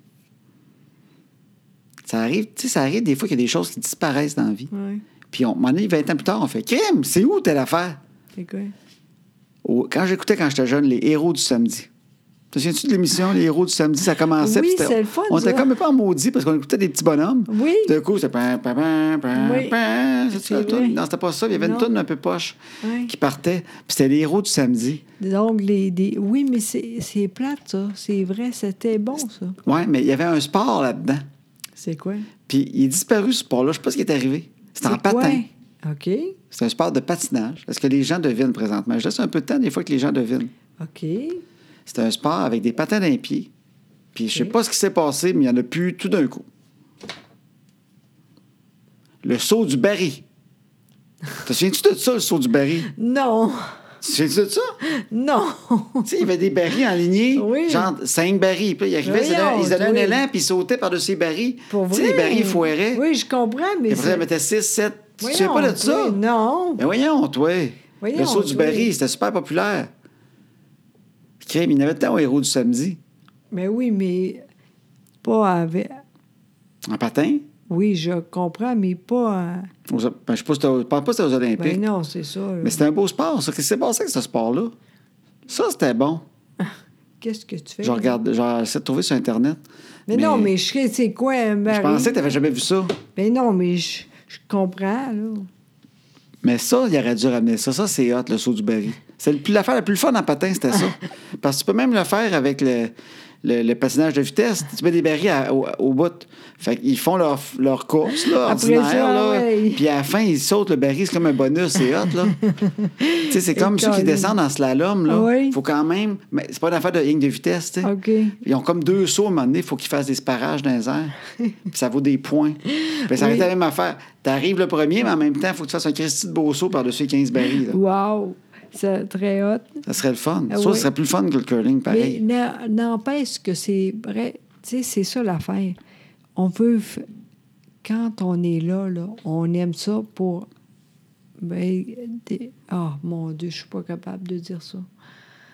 [SPEAKER 2] Ça arrive, tu sais, ça arrive des fois qu'il y a des choses qui disparaissent dans la vie.
[SPEAKER 1] Ouais.
[SPEAKER 2] Puis on m'en est 20 ans plus tard, on fait Crime, c'est où telle affaire?
[SPEAKER 1] C'est quoi?
[SPEAKER 2] Au- Quand j'écoutais quand j'étais jeune, les héros du samedi. Te souviens-tu de l'émission Les héros du samedi? Ça commençait.
[SPEAKER 1] Oui,
[SPEAKER 2] puis c'était-
[SPEAKER 1] c'est le fun,
[SPEAKER 2] On était
[SPEAKER 1] ça.
[SPEAKER 2] comme un peu en maudit parce qu'on écoutait des petits bonhommes.
[SPEAKER 1] Oui.
[SPEAKER 2] Puis D'un coup, c'était. pam, pam, pam, pam,
[SPEAKER 1] Oui.
[SPEAKER 2] pam. C'est-tu
[SPEAKER 1] C'est
[SPEAKER 2] la
[SPEAKER 1] vrai.
[SPEAKER 2] toune? Non, c'était pas ça. Il y avait une
[SPEAKER 1] Non.
[SPEAKER 2] tonne un peu poche
[SPEAKER 1] Ouais.
[SPEAKER 2] qui partait. Puis c'était les héros du samedi.
[SPEAKER 1] Donc, les, des- oui, mais c'est c'est plate, ça. C'est vrai, c'était bon, ça.
[SPEAKER 2] Ouais, mais il y avait un sport là-dedans.
[SPEAKER 1] C'est quoi?
[SPEAKER 2] Puis il est disparu, ce sport-là. Je sais pas ce qui est arrivé. C'était en
[SPEAKER 1] C'est quoi?
[SPEAKER 2] patin.
[SPEAKER 1] OK.
[SPEAKER 2] C'est un sport de patinage. Est-ce que les gens devinent présentement? Je laisse un peu de temps des fois que les gens devinent.
[SPEAKER 1] OK.
[SPEAKER 2] C'est un sport avec des patins d'un pied. Puis je sais
[SPEAKER 1] Ok.
[SPEAKER 2] pas ce qui s'est passé, mais il y en a plus tout d'un coup. Le saut du baril. Te souviens-tu de ça, le saut du baril?
[SPEAKER 1] Non!
[SPEAKER 2] Te souviens-tu de ça?
[SPEAKER 1] Non!
[SPEAKER 2] Tu sais, il y avait des barils en lignée,
[SPEAKER 1] Oui.
[SPEAKER 2] genre cinq barils. Puis là, ils arrivaient, ils donnaient- ils donnaient
[SPEAKER 1] Voyons,
[SPEAKER 2] un
[SPEAKER 1] oui.
[SPEAKER 2] élan, puis ils sautaient par-dessus les barils.
[SPEAKER 1] Pour
[SPEAKER 2] tu
[SPEAKER 1] vrai?
[SPEAKER 2] sais, les barils foiraient.
[SPEAKER 1] Oui, je comprends, mais
[SPEAKER 2] Et après, ils
[SPEAKER 1] c'est...
[SPEAKER 2] en mettaient six, sept. Tu te
[SPEAKER 1] Voyons,
[SPEAKER 2] souviens pas de ça?
[SPEAKER 1] toi, Non!
[SPEAKER 2] Mais voyons, toi. le
[SPEAKER 1] Voyons,
[SPEAKER 2] saut du
[SPEAKER 1] toi.
[SPEAKER 2] baril, c'était super populaire. Crème, il y en avait tant au héros du samedi.
[SPEAKER 1] Mais oui, mais pas avec...
[SPEAKER 2] En patin?
[SPEAKER 1] Oui, je comprends, mais pas... à-
[SPEAKER 2] Aux- ben, je ne sais pas si t'as- je pense pas que c'était aux Olympiques.
[SPEAKER 1] Ben non, c'est ça. là.
[SPEAKER 2] mais c'était un beau sport, ça. Qu'est-ce qui s'est passé avec ce sport-là? Ça, c'était bon.
[SPEAKER 1] Qu'est-ce que tu fais?
[SPEAKER 2] Je
[SPEAKER 1] là?
[SPEAKER 2] regarde, j'essaie de trouver sur Internet.
[SPEAKER 1] Mais, non, mais je sais c'est quoi, euh, Marie?
[SPEAKER 2] Je pensais que tu n'avais jamais vu ça.
[SPEAKER 1] Mais non, mais je, je comprends, là.
[SPEAKER 2] Mais ça, il aurait dû ramener ça. Ça, c'est hot, le saut du baril. C'est le plus- l'affaire la plus fun en patin, c'était ça. Parce que tu peux même le faire avec le, le, le patinage de vitesse. Tu mets des barils à- au, au bout. Fait qu'ils font leur, leur course, là,
[SPEAKER 1] Après
[SPEAKER 2] ordinaire,
[SPEAKER 1] ça,
[SPEAKER 2] là.
[SPEAKER 1] ouais.
[SPEAKER 2] Puis à la fin, ils sautent le baril. C'est comme un bonus, c'est hot, là. tu sais, c'est comme ceux qui
[SPEAKER 1] École.
[SPEAKER 2] descendent en slalom, là.
[SPEAKER 1] Oui.
[SPEAKER 2] Faut quand même... Mais c'est pas une affaire de ligne de vitesse, tu sais.
[SPEAKER 1] OK.
[SPEAKER 2] Ils ont comme deux sauts à un moment donné, il faut qu'ils fassent des sparages dans les airs. Puis ça vaut des points. Puis ça
[SPEAKER 1] Oui.
[SPEAKER 2] reste la même affaire. T'arrives le premier, mais en même temps, il faut que tu fasses un Christy de beau saut par-dessus les 15 barils. là.
[SPEAKER 1] Wow! C'est très hot.
[SPEAKER 2] Ça serait le fun.
[SPEAKER 1] Ah
[SPEAKER 2] ça,
[SPEAKER 1] oui.
[SPEAKER 2] ça serait plus fun que le curling,
[SPEAKER 1] Mais
[SPEAKER 2] pareil.
[SPEAKER 1] n'a- n'empêche que c'est vrai. Tu sais, c'est ça l'affaire. On veut. f- Quand on est là, là, on aime ça pour. Ben, des- Ah, mon Dieu, je suis pas capable de dire ça.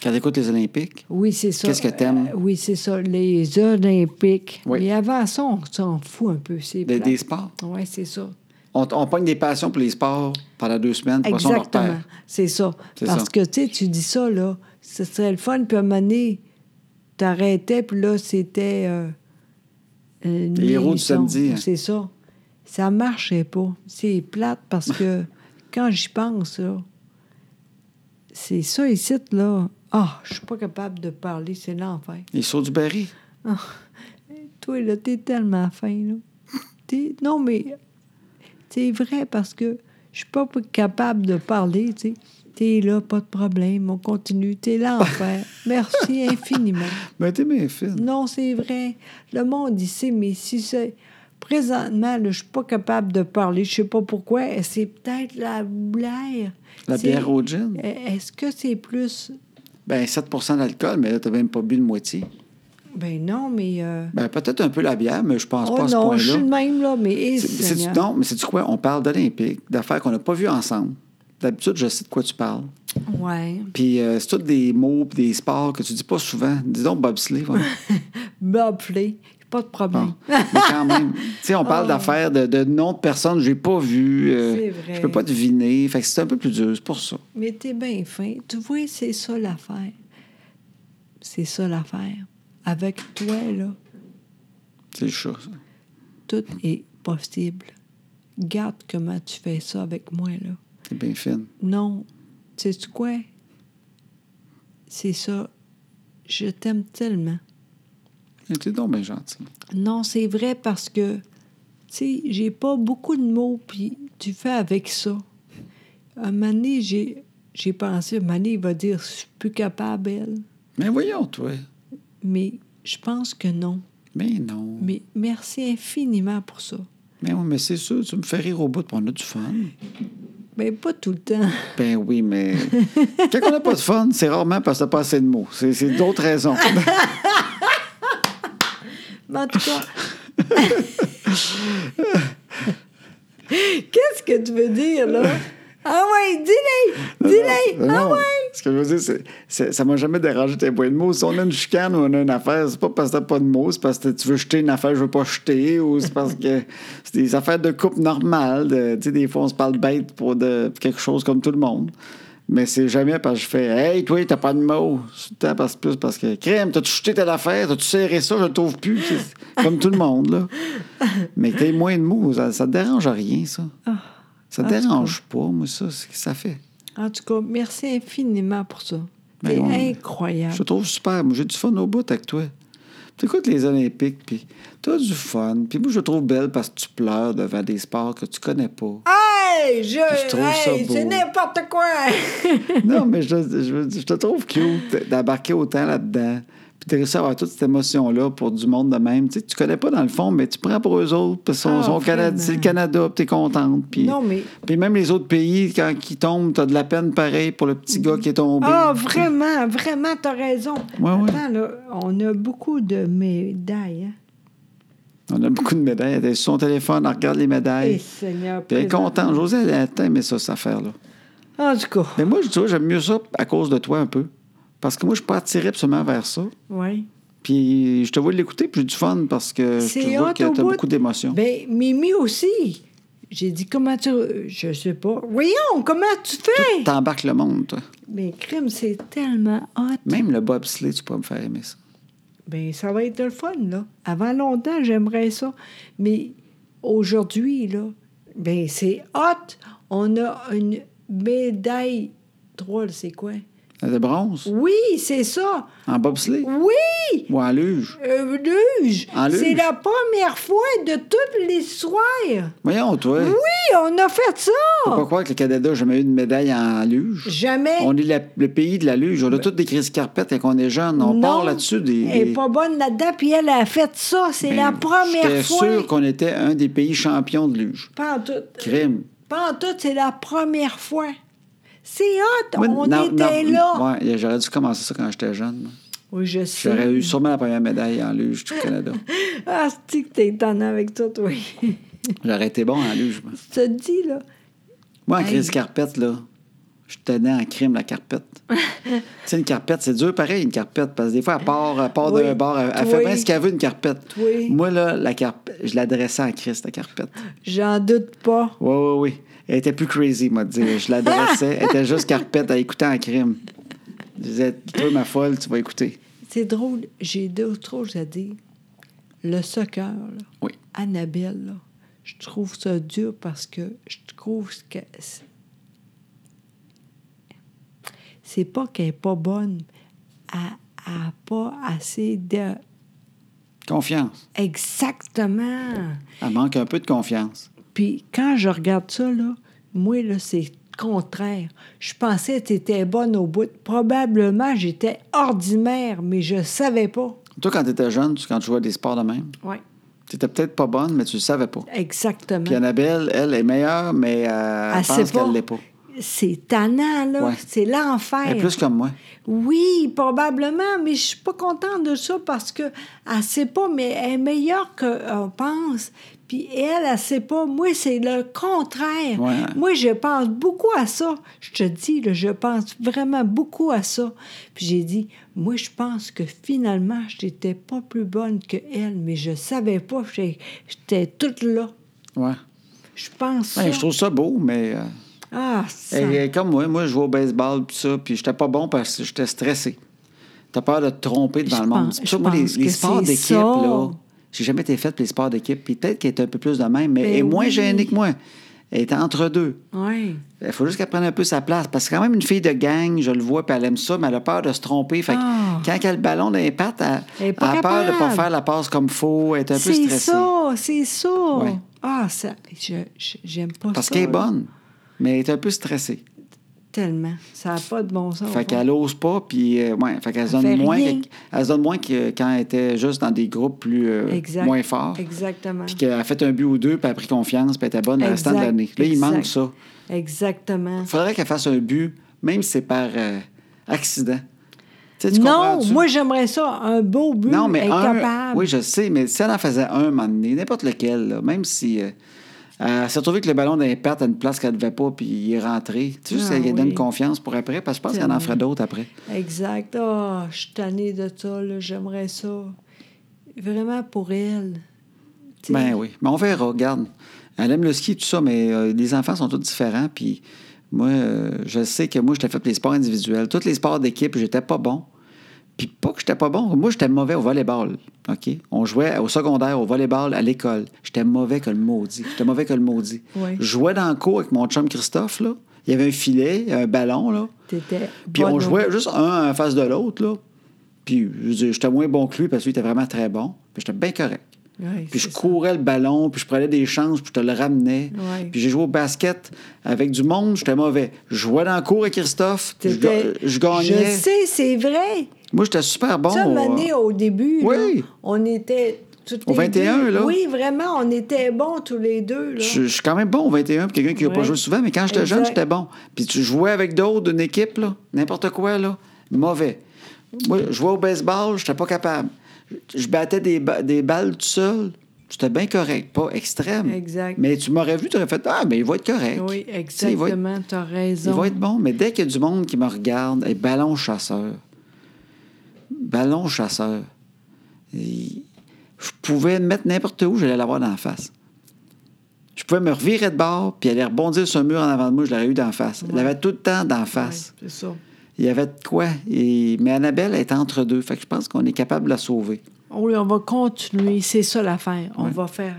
[SPEAKER 2] Quand t'écoutes les Olympiques,
[SPEAKER 1] Oui, c'est ça.
[SPEAKER 2] Qu'est-ce que t'aimes?
[SPEAKER 1] Euh, oui, c'est ça. Les Olympiques.
[SPEAKER 2] Oui.
[SPEAKER 1] Mais avant ça, on s'en fout un peu. C'est
[SPEAKER 2] des, des sports.
[SPEAKER 1] Oui, c'est ça.
[SPEAKER 2] On, on pogne des passions pour les sports pendant deux semaines. puis après ça, on leur
[SPEAKER 1] Exactement.
[SPEAKER 2] perd.
[SPEAKER 1] C'est ça.
[SPEAKER 2] C'est
[SPEAKER 1] Parce
[SPEAKER 2] ça.
[SPEAKER 1] que, tu sais, tu dis ça, là, ce serait le fun, puis à un moment donné, t'arrêtais, puis là, c'était... euh, une
[SPEAKER 2] Les héros du
[SPEAKER 1] émission.
[SPEAKER 2] samedi, hein.
[SPEAKER 1] C'est ça. Ça marchait pas. C'est plate, parce que quand j'y pense, là, c'est ça ici, là. Ah, je suis pas capable de parler, c'est l'enfer.
[SPEAKER 2] Les sauts du baril.
[SPEAKER 1] Ah, Toi, là, t'es tellement fin, là. T'es- Non, mais c'est vrai parce que je suis pas p- capable de parler, tu sais. T'es là, pas de problème, on continue. T'es l'enfer. Merci infiniment.
[SPEAKER 2] Mais t'es bien fine.
[SPEAKER 1] Non, c'est vrai. Le monde ici, mais si c'est... Présentement, là, je suis pas capable de parler. Je sais pas pourquoi. C'est peut-être la bière.
[SPEAKER 2] La
[SPEAKER 1] C'est- E,
[SPEAKER 2] bière au gin.
[SPEAKER 1] Est-ce que c'est plus...
[SPEAKER 2] Ben 7 d'alcool, mais là, t'as même pas bu de moitié.
[SPEAKER 1] Ben non, mais... euh,
[SPEAKER 2] Ben peut-être un peu la bière, mais je pense
[SPEAKER 1] Oh
[SPEAKER 2] pas à ce
[SPEAKER 1] non,
[SPEAKER 2] point-là.
[SPEAKER 1] je suis le même, là, mais... eh,
[SPEAKER 2] C'est- c'est-
[SPEAKER 1] Seigneur.
[SPEAKER 2] non, mais c'est du quoi? On parle d'Olympique, d'affaires qu'on n'a pas vues ensemble. D'habitude, je sais de quoi tu parles.
[SPEAKER 1] Ouais.
[SPEAKER 2] Puis euh, c'est tous des mots pis des sports que tu dis pas souvent. Disons bobsleigh. ouais.
[SPEAKER 1] Bobflé, pas de problème.
[SPEAKER 2] Bon. Mais quand même, tu sais, on
[SPEAKER 1] Oh.
[SPEAKER 2] parle d'affaires de, de noms de personnes que j'ai pas vues. euh,
[SPEAKER 1] C'est vrai.
[SPEAKER 2] Je peux pas deviner. Fait que c'est un peu plus dur, c'est pour ça.
[SPEAKER 1] Mais t'es bien fin. Tu vois, c'est ça l'affaire. C'est ça l'affaire. Avec toi, là,
[SPEAKER 2] C'est le chat, ça.
[SPEAKER 1] tout est possible. Garde comment tu fais ça avec moi, là.
[SPEAKER 2] T'es bien fine.
[SPEAKER 1] Non. Sais-tu quoi? C'est ça. Je t'aime tellement.
[SPEAKER 2] Mais T'es donc bien gentil.
[SPEAKER 1] Non, c'est vrai parce que, tu sais, j'ai pas beaucoup de mots, puis tu fais avec ça. Un moment donné, j'ai, j'ai pensé, un moment donné, il va dire, je suis plus capable, elle.
[SPEAKER 2] Mais voyons, toi.
[SPEAKER 1] Mais je pense que non.
[SPEAKER 2] Mais non. Mais,
[SPEAKER 1] Mais merci infiniment pour ça.
[SPEAKER 2] oui, mais c'est sûr, tu me fais rire au bout, puis on a du fun.
[SPEAKER 1] Mais pas tout le temps.
[SPEAKER 2] Ben oui, mais quand on n'a pas de fun, c'est rarement parce que t'as pas assez de mots. C'est c'est d'autres raisons.
[SPEAKER 1] Mais en tout cas. Qu'est-ce que tu veux dire, là? Ah ouais, dis-le! Dis-le! Ah
[SPEAKER 2] Non,
[SPEAKER 1] ouais!
[SPEAKER 2] Ce que je veux dire, c'est, c'est- ça m'a jamais dérangé tes points de mots. Si on a une chicane ou on a une affaire, c'est pas parce que t'as pas de mots, c'est parce que tu veux jeter une affaire, je veux pas jeter, ou c'est parce que c'est des affaires de couple normales. de- Tu sais, des fois, on se parle bête pour de, pour quelque chose comme tout le monde. Mais c'est jamais parce que je fais Hey, toi, t'as pas de mots. C'est tout le temps parce, plus parce que Crème, t'as-tu jeté telle affaire, t'as-tu serré ça, je le trouve plus. C'est comme tout le monde, là. Mais que t'aies moins de mots, ça, ça te dérange rien, ça. Ça te dérange pas, moi, ça, c'est ce que ça fait.
[SPEAKER 1] Ah. En tout cas, merci infiniment pour ça.
[SPEAKER 2] Ben
[SPEAKER 1] C'est
[SPEAKER 2] ouais. Je te
[SPEAKER 1] incroyable.
[SPEAKER 2] trouve super. Moi, j'ai du fun au bout avec toi. Tu écoutes les Olympiques, puis t'as du fun. Puis moi, je te trouve belle parce que tu pleures devant des sports que tu connais pas.
[SPEAKER 1] Ah! Hey! Je,
[SPEAKER 2] Je trouve ça
[SPEAKER 1] hey,
[SPEAKER 2] beau.
[SPEAKER 1] c'est n'importe quoi!
[SPEAKER 2] non, mais je, je veux dire, je te trouve cute d'embarquer autant là-dedans. Puis de réussir à avoir toute cette émotion-là pour du monde de même. Tu sais, tu connais pas dans le fond, mais tu prends pour eux autres. Puis sont,
[SPEAKER 1] Ah,
[SPEAKER 2] sont Canadi-
[SPEAKER 1] vraiment.
[SPEAKER 2] c'est le Canada, puis t'es contente. Puis,
[SPEAKER 1] Non, mais-
[SPEAKER 2] puis même les autres pays, quand ils tombent, t'as de la peine pareil pour le petit gars qui est tombé.
[SPEAKER 1] Ah, vraiment, vraiment, t'as raison.
[SPEAKER 2] Ouais, ouais.
[SPEAKER 1] Attends, là, on a beaucoup de médailles. Hein?
[SPEAKER 2] On a beaucoup de médailles. Elle est sur son téléphone, elle regarde les médailles.
[SPEAKER 1] Et Eh, Seigneur,
[SPEAKER 2] Puis elle est
[SPEAKER 1] présent.
[SPEAKER 2] contente. José, elle a atteint, mais ça, cette affaire-là.
[SPEAKER 1] En tout cas,
[SPEAKER 2] Mais moi, je tu vois, j'aime mieux ça à cause de toi un peu. Parce que moi, je suis pas attiré absolument vers ça.
[SPEAKER 1] oui.
[SPEAKER 2] Puis je te vois l'écouter, puis j'ai du fun parce que je te
[SPEAKER 1] C'est
[SPEAKER 2] vois
[SPEAKER 1] hot
[SPEAKER 2] que
[SPEAKER 1] au
[SPEAKER 2] t'as
[SPEAKER 1] bout.
[SPEAKER 2] beaucoup d'émotions.
[SPEAKER 1] Ben, Mimi aussi. J'ai dit, comment tu. Je sais pas. Voyons, comment tu fais?
[SPEAKER 2] T'embarques le monde, toi.
[SPEAKER 1] Mais crime, c'est tellement hot.
[SPEAKER 2] Même le bobsleigh, tu pourrais me faire aimer ça.
[SPEAKER 1] Ben, ça va être le fun, là. Avant longtemps, j'aimerais ça. Mais aujourd'hui, là, ben, c'est hot. On a une médaille. Drôle, c'est quoi?
[SPEAKER 2] De bronze,
[SPEAKER 1] Oui, c'est ça.
[SPEAKER 2] en bobsleigh
[SPEAKER 1] Oui!
[SPEAKER 2] ou en luge.
[SPEAKER 1] Euh, luge!
[SPEAKER 2] En luge.
[SPEAKER 1] C'est la première fois de toute l'histoire!
[SPEAKER 2] Voyons, toi.
[SPEAKER 1] Oui, on a fait ça!
[SPEAKER 2] Faut pas croire que le Canada n'a jamais eu de médaille en luge.
[SPEAKER 1] Jamais!
[SPEAKER 2] On est la- le pays de la luge. On a toutes des crises carpettes quand on est jeune. On
[SPEAKER 1] Non,
[SPEAKER 2] part là-dessus des.
[SPEAKER 1] Elle n'est pas bonne là-dedans, puis elle a fait ça. C'est la
[SPEAKER 2] Ben,
[SPEAKER 1] première
[SPEAKER 2] J'étais
[SPEAKER 1] fois.
[SPEAKER 2] sûr qu'on était un des pays champions de luge.
[SPEAKER 1] Pas en tout.
[SPEAKER 2] Crime.
[SPEAKER 1] Pas en tout, c'est la première fois. C'est hot,
[SPEAKER 2] Moi,
[SPEAKER 1] on
[SPEAKER 2] non,
[SPEAKER 1] était
[SPEAKER 2] non,
[SPEAKER 1] là.
[SPEAKER 2] ouais, j'aurais dû commencer ça quand j'étais jeune. moi.
[SPEAKER 1] Oui, je sais.
[SPEAKER 2] J'aurais eu sûrement la première médaille en luge du Canada.
[SPEAKER 1] Ah, c'est que t'es étonnant avec toi, toi.
[SPEAKER 2] J'aurais été bon en luge. Moi,
[SPEAKER 1] tu te dis, là.
[SPEAKER 2] moi en
[SPEAKER 1] Hey.
[SPEAKER 2] crise carpette, là, je tenais en crime la carpette. tu sais, une carpette, c'est dur pareil, une carpette, parce que des fois, elle part, elle part
[SPEAKER 1] Oui.
[SPEAKER 2] d'un bord, elle, elle fait
[SPEAKER 1] Oui.
[SPEAKER 2] bien ce qu'elle veut, une carpette.
[SPEAKER 1] Oui.
[SPEAKER 2] Moi, là, la carpette, je l'adressais en crise, la carpette.
[SPEAKER 1] J'en doute pas.
[SPEAKER 2] Oui, oui, oui. Elle était plus crazy, m'a dit. Je l'adressais. Elle était juste carpette à écouter en crime. Je disais, toi, ma folle, tu vas écouter.
[SPEAKER 1] C'est drôle, j'ai d'autres choses à dire. Le soccer, là.
[SPEAKER 2] Oui.
[SPEAKER 1] Annabelle, là, je trouve ça dur parce que je trouve que c'est- c'est pas qu'elle n'est pas bonne, elle n'a pas assez de...
[SPEAKER 2] Confiance.
[SPEAKER 1] Exactement.
[SPEAKER 2] Elle manque un peu de confiance.
[SPEAKER 1] Puis quand je regarde ça, là, moi, là, c'est contraire. Je pensais que tu étais bonne au bout. Probablement, j'étais ordinaire, mais je savais pas.
[SPEAKER 2] Toi, quand tu étais jeune, tu- quand tu jouais à des sports de même,
[SPEAKER 1] Oui.
[SPEAKER 2] tu étais peut-être pas bonne, mais tu le savais pas.
[SPEAKER 1] Exactement.
[SPEAKER 2] Puis Annabelle, elle est meilleure, mais euh, elle,
[SPEAKER 1] Elle
[SPEAKER 2] pense
[SPEAKER 1] sait pas.
[SPEAKER 2] qu'elle l'est pas.
[SPEAKER 1] C'est tannant, là.
[SPEAKER 2] Ouais.
[SPEAKER 1] C'est l'enfer.
[SPEAKER 2] Elle est plus comme moi.
[SPEAKER 1] Oui, probablement, mais je suis pas contente de ça parce que elle sait pas, mais elle est meilleure qu'on pense. Puis elle, elle sait pas. Moi, c'est le contraire.
[SPEAKER 2] Ouais.
[SPEAKER 1] Moi, je pense beaucoup à ça. Je te dis, là, je pense vraiment beaucoup à ça. Puis j'ai dit, moi, je pense que finalement, je n'étais pas plus bonne que elle, mais je savais pas. J'étais- J'étais toute là.
[SPEAKER 2] Ouais.
[SPEAKER 1] Je pense
[SPEAKER 2] Ouais,
[SPEAKER 1] ça.
[SPEAKER 2] je trouve ça beau, mais euh,
[SPEAKER 1] Ah, ça.
[SPEAKER 2] elle est comme moi. Moi, je jouais au baseball, puis ça, puis j'étais pas bon parce que j'étais stressé. T'as peur de te tromper devant
[SPEAKER 1] Je
[SPEAKER 2] le monde.
[SPEAKER 1] pense-
[SPEAKER 2] C'est pour ça,
[SPEAKER 1] je
[SPEAKER 2] moi, les,
[SPEAKER 1] pense
[SPEAKER 2] les
[SPEAKER 1] que
[SPEAKER 2] sports
[SPEAKER 1] c'est
[SPEAKER 2] d'équipe,
[SPEAKER 1] ça.
[SPEAKER 2] là, j'ai jamais été fait pour les sports d'équipe. Puis peut-être qu'elle est un peu plus de même, mais
[SPEAKER 1] Ben
[SPEAKER 2] elle est moins
[SPEAKER 1] oui.
[SPEAKER 2] gênée que moi. Elle était entre deux.
[SPEAKER 1] Oui.
[SPEAKER 2] Il Ben, faut juste qu'elle prenne un peu sa place. Parce que c'est quand même une fille de gang, je le vois, puis elle aime ça, mais elle a peur de se tromper. Fait que
[SPEAKER 1] Ah.
[SPEAKER 2] quand elle a le ballon dans les pattes, elle,
[SPEAKER 1] Elle est pas
[SPEAKER 2] elle a peur de ne pas
[SPEAKER 1] capable.
[SPEAKER 2] faire la passe comme faut. Elle est un peu
[SPEAKER 1] C'est
[SPEAKER 2] stressée.
[SPEAKER 1] ça, c'est ça.
[SPEAKER 2] Ouais.
[SPEAKER 1] Ah, ça, je- je- j'aime pas ça.
[SPEAKER 2] Parce qu'elle
[SPEAKER 1] là.
[SPEAKER 2] est bonne, mais elle est un peu stressée.
[SPEAKER 1] Tellement. Ça n'a pas de bon sens. hein.
[SPEAKER 2] Fait qu'elle n'ose pas, puis euh, ouais, fait qu'elle se
[SPEAKER 1] Oh, Elle
[SPEAKER 2] donne
[SPEAKER 1] fait
[SPEAKER 2] moins
[SPEAKER 1] rien.
[SPEAKER 2] que- elle se donne moins que quand elle était juste dans des groupes plus euh,
[SPEAKER 1] Exact.
[SPEAKER 2] moins forts.
[SPEAKER 1] Exactement.
[SPEAKER 2] Puis qu'elle a fait un but ou deux, puis elle a pris confiance, puis elle était bonne le restant de
[SPEAKER 1] Exact,
[SPEAKER 2] l'année. Là, il
[SPEAKER 1] exact.
[SPEAKER 2] manque ça.
[SPEAKER 1] Exactement.
[SPEAKER 2] faudrait qu'elle fasse un but, même si c'est par euh, accident. Tu sais, tu
[SPEAKER 1] Non,
[SPEAKER 2] comprends-tu?
[SPEAKER 1] moi, j'aimerais ça. Un beau but.
[SPEAKER 2] Non, mais un,
[SPEAKER 1] incapable.
[SPEAKER 2] Oui, je sais, mais si elle en faisait un, un moment donné, n'importe lequel, là, même si. Euh, elle s'est trouvée que le ballon d'impact à une place qu'elle ne devait pas, puis il est rentré. Tu sais, juste
[SPEAKER 1] Ah
[SPEAKER 2] qu'elle donne
[SPEAKER 1] oui.
[SPEAKER 2] confiance pour après, parce que je pense qu'elle en ferait d'autres après.
[SPEAKER 1] Exact. Ah, je suis tannée de ça, là. J'aimerais ça. Vraiment pour elle. Tu sais.
[SPEAKER 2] Ben oui. Mais on verra, regarde. Elle aime le ski et tout ça, mais euh, les enfants sont tous différents. Puis moi, euh, je sais que moi, j'étais fait pour les sports individuels. Tous les sports d'équipe, j'étais pas bon. Puis pas que j'étais pas bon. Moi, j'étais mauvais au volleyball. OK? On jouait au secondaire, au volleyball, à l'école. J'étais mauvais que le maudit. J'étais mauvais que le maudit.
[SPEAKER 1] Ouais.
[SPEAKER 2] Je jouais dans le cours avec mon chum Christophe, là. Il y avait un filet, un ballon, là.
[SPEAKER 1] T'étais
[SPEAKER 2] Puis
[SPEAKER 1] bonne
[SPEAKER 2] on
[SPEAKER 1] au-
[SPEAKER 2] jouait juste un en face de l'autre, là. Puis je veux dire, j'étais moins bon que lui parce que lui était vraiment très bon. Puis j'étais bien correct.
[SPEAKER 1] Ouais,
[SPEAKER 2] Puis je
[SPEAKER 1] c'est ça.
[SPEAKER 2] courais le ballon, puis je prenais des chances, puis je te le ramenais.
[SPEAKER 1] Ouais.
[SPEAKER 2] Puis j'ai joué au basket avec du monde, j'étais mauvais. Je jouais dans le cours avec Christophe, je, ga-
[SPEAKER 1] T'étais-
[SPEAKER 2] je gagnais.
[SPEAKER 1] Je sais, c'est vrai.
[SPEAKER 2] Moi, j'étais super bon.
[SPEAKER 1] Ça,
[SPEAKER 2] au-
[SPEAKER 1] Mané, au début,
[SPEAKER 2] Oui.
[SPEAKER 1] là, on était... tout
[SPEAKER 2] Au 21, là.
[SPEAKER 1] Oui, vraiment, on était bons tous les deux. Là.
[SPEAKER 2] je, je suis quand même bon au 21, puis quelqu'un qui n'a pas
[SPEAKER 1] Ouais.
[SPEAKER 2] joué souvent, mais quand j'étais jeune,
[SPEAKER 1] Exact.
[SPEAKER 2] j'étais bon. Puis tu jouais avec d'autres d'une équipe, là, n'importe quoi, là, mauvais. Moi, je jouais au baseball, j'étais pas capable. Je je battais des, ba- des balles tout seul. J'étais bien correct, pas extrême.
[SPEAKER 1] Exact.
[SPEAKER 2] Mais tu m'aurais vu, tu aurais fait Ah, mais il va être correct.
[SPEAKER 1] Oui,
[SPEAKER 2] Tu sais, il va être-
[SPEAKER 1] exactement, tu as
[SPEAKER 2] Il
[SPEAKER 1] raison.
[SPEAKER 2] va être bon, mais dès qu'il y a du monde qui me regarde, et ballon chasseur. Ballon chasseur. Et Je pouvais le mettre n'importe où, j'allais l'avoir dans la face. Je pouvais me revirer de bord, puis aller rebondir sur un mur en avant de moi, je l'aurais eu d'en face. Je l'avais tout le temps d'en
[SPEAKER 1] Ouais,
[SPEAKER 2] face.
[SPEAKER 1] c'est ça.
[SPEAKER 2] Il y avait de quoi. Et- Mais Annabelle est entre deux. Fait que je pense qu'on est capable de la sauver.
[SPEAKER 1] Oui, on va continuer. C'est ça l'affaire. On va faire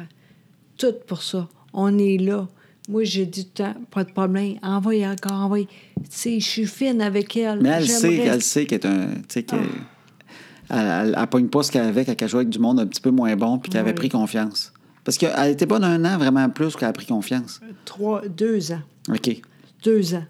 [SPEAKER 1] tout pour ça. On est là. Moi, j'ai du temps. Pas de problème. Envoyez encore, envoyez. Tu sais, je suis fine avec elle.
[SPEAKER 2] Mais elle sait,
[SPEAKER 1] J'aimerais-
[SPEAKER 2] elle sait qu'elle est un. tu sais, qu'elle-
[SPEAKER 1] Ah.
[SPEAKER 2] Elle, elle, elle pogne pas ce qu'elle avait, qu'elle jouait avec du monde un petit peu moins bon, puis qu'elle avait
[SPEAKER 1] Oui.
[SPEAKER 2] pris confiance. Parce qu'elle était bonne un an, vraiment plus, qu'elle a pris confiance.
[SPEAKER 1] Trois, deux ans.
[SPEAKER 2] OK.
[SPEAKER 1] Deux ans.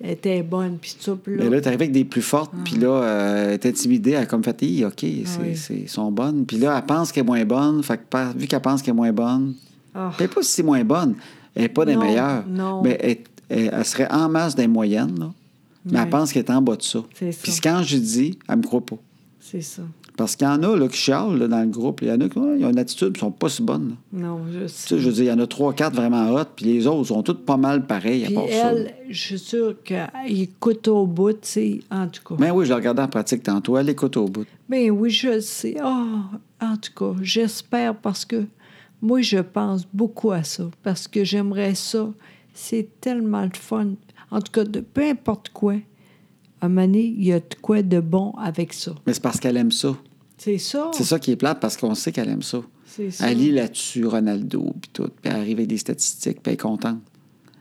[SPEAKER 1] Elle était bonne, puis tout ça. puis là-
[SPEAKER 2] Mais là, t'es arrivé avec des plus fortes, puis là, euh, elle est intimidée, elle a comme fait, Hi, OK, c'est,
[SPEAKER 1] Ah. oui.
[SPEAKER 2] c'est- elles sont bonnes. Puis là, elle pense qu'elle est moins bonne, fait que par- vu qu'elle pense qu'elle est moins bonne,
[SPEAKER 1] Ah.
[SPEAKER 2] peut-être pas si c'est moins bonne, elle n'est pas des
[SPEAKER 1] Non,
[SPEAKER 2] meilleures.
[SPEAKER 1] non.
[SPEAKER 2] Mais elle, elle- elle serait en masse des moyennes, là. Mais
[SPEAKER 1] Oui.
[SPEAKER 2] elle pense qu'elle est en bas de ça.
[SPEAKER 1] C'est ça.
[SPEAKER 2] Puis quand je dis, elle me croit pas.
[SPEAKER 1] C'est ça.
[SPEAKER 2] Parce qu'il y en a là, qui chialent là, dans le groupe. Il y en a qui ouais, ils ont une attitude, ils sont pas si bonnes. là.
[SPEAKER 1] Non, je
[SPEAKER 2] Tu
[SPEAKER 1] sais.
[SPEAKER 2] sais, je veux dire, il y en a trois, quatre vraiment hot, puis les autres sont toutes pas mal pareilles à
[SPEAKER 1] Puis
[SPEAKER 2] part ça.
[SPEAKER 1] elle, je suis sûre qu'elle écoute au bout, tu sais, en tout cas.
[SPEAKER 2] Mais oui, je la regardais en pratique tantôt. Elle écoute au bout.
[SPEAKER 1] Ben oui, je le sais. Ah, en tout cas, j'espère parce que moi, je pense beaucoup à ça, parce que j'aimerais ça. C'est tellement le fun. En tout cas, de peu importe quoi, à un moment donné, il y a de quoi de bon avec ça.
[SPEAKER 2] Mais c'est parce qu'elle aime ça.
[SPEAKER 1] C'est ça.
[SPEAKER 2] C'est ça qui est plate, parce qu'on sait qu'elle aime ça.
[SPEAKER 1] C'est ça.
[SPEAKER 2] Elle lit là-dessus Ronaldo, puis tout, puis elle arrive avec des statistiques, puis elle est contente.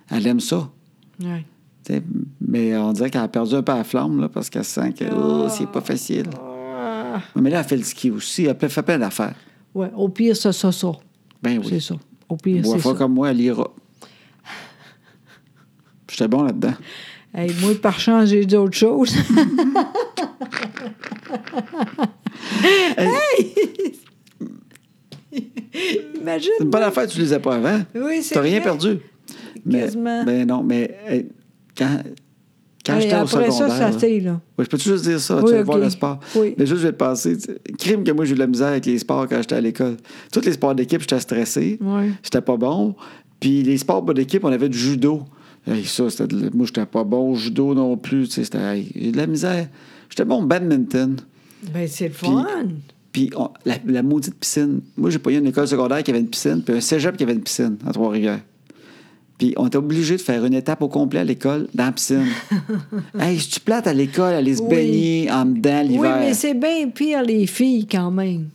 [SPEAKER 2] Elle aime ça.
[SPEAKER 1] Ouais.
[SPEAKER 2] tu sais. Mais on dirait qu'elle a perdu un peu la flamme, là, parce qu'elle sent que oh, c'est pas facile.
[SPEAKER 1] Ah.
[SPEAKER 2] Mais là, elle fait le ski aussi. Elle fait plein d'affaires.
[SPEAKER 1] Ouais, au pire, ça, ça, ça.
[SPEAKER 2] Ben oui.
[SPEAKER 1] C'est ça. Au pire,
[SPEAKER 2] Ou
[SPEAKER 1] c'est
[SPEAKER 2] elle fera
[SPEAKER 1] ça.
[SPEAKER 2] comme moi, elle ira. J'étais bon là-dedans.
[SPEAKER 1] Hey, moi, par chance, j'ai dit autre chose. hey! Imagine.
[SPEAKER 2] C'est une bonne affaire, tu ne lisais pas avant.
[SPEAKER 1] Oui, c'est
[SPEAKER 2] T'as rien
[SPEAKER 1] vrai.
[SPEAKER 2] perdu. Mais,
[SPEAKER 1] Quasiment.
[SPEAKER 2] ben non, mais euh, quand, quand
[SPEAKER 1] Hey,
[SPEAKER 2] j'étais au
[SPEAKER 1] après
[SPEAKER 2] secondaire...
[SPEAKER 1] ça, ça
[SPEAKER 2] là,
[SPEAKER 1] s'est, là.
[SPEAKER 2] Ouais, je peux toujours dire ça,
[SPEAKER 1] Oui,
[SPEAKER 2] tu vas voir
[SPEAKER 1] ok.
[SPEAKER 2] le sport.
[SPEAKER 1] Oui.
[SPEAKER 2] Mais juste, je vais te passer. tu sais, Crime que moi, j'ai eu de la misère avec les sports quand j'étais à l'école. Tous les sports d'équipe, j'étais stressé.
[SPEAKER 1] Oui.
[SPEAKER 2] J'étais pas bon. Puis les sports pas d'équipe, on avait du judo. Hey, ça, c'était de- moi, j'étais pas bon au judo non plus. tu sais, c'était- hey, J'ai eu de la misère. J'étais bon au badminton.
[SPEAKER 1] Ben, c'est le fun.
[SPEAKER 2] Puis on- la, la maudite piscine. Moi, j'ai pas eu une école secondaire qui avait une piscine, puis un cégep qui avait une piscine à Trois-Rivières. Puis on était obligé de faire une étape au complet à l'école, dans la piscine. hey, je suis plate à l'école, aller se
[SPEAKER 1] Oui.
[SPEAKER 2] baigner en dedans
[SPEAKER 1] Oui,
[SPEAKER 2] l'hiver.
[SPEAKER 1] mais c'est bien pire les filles quand même.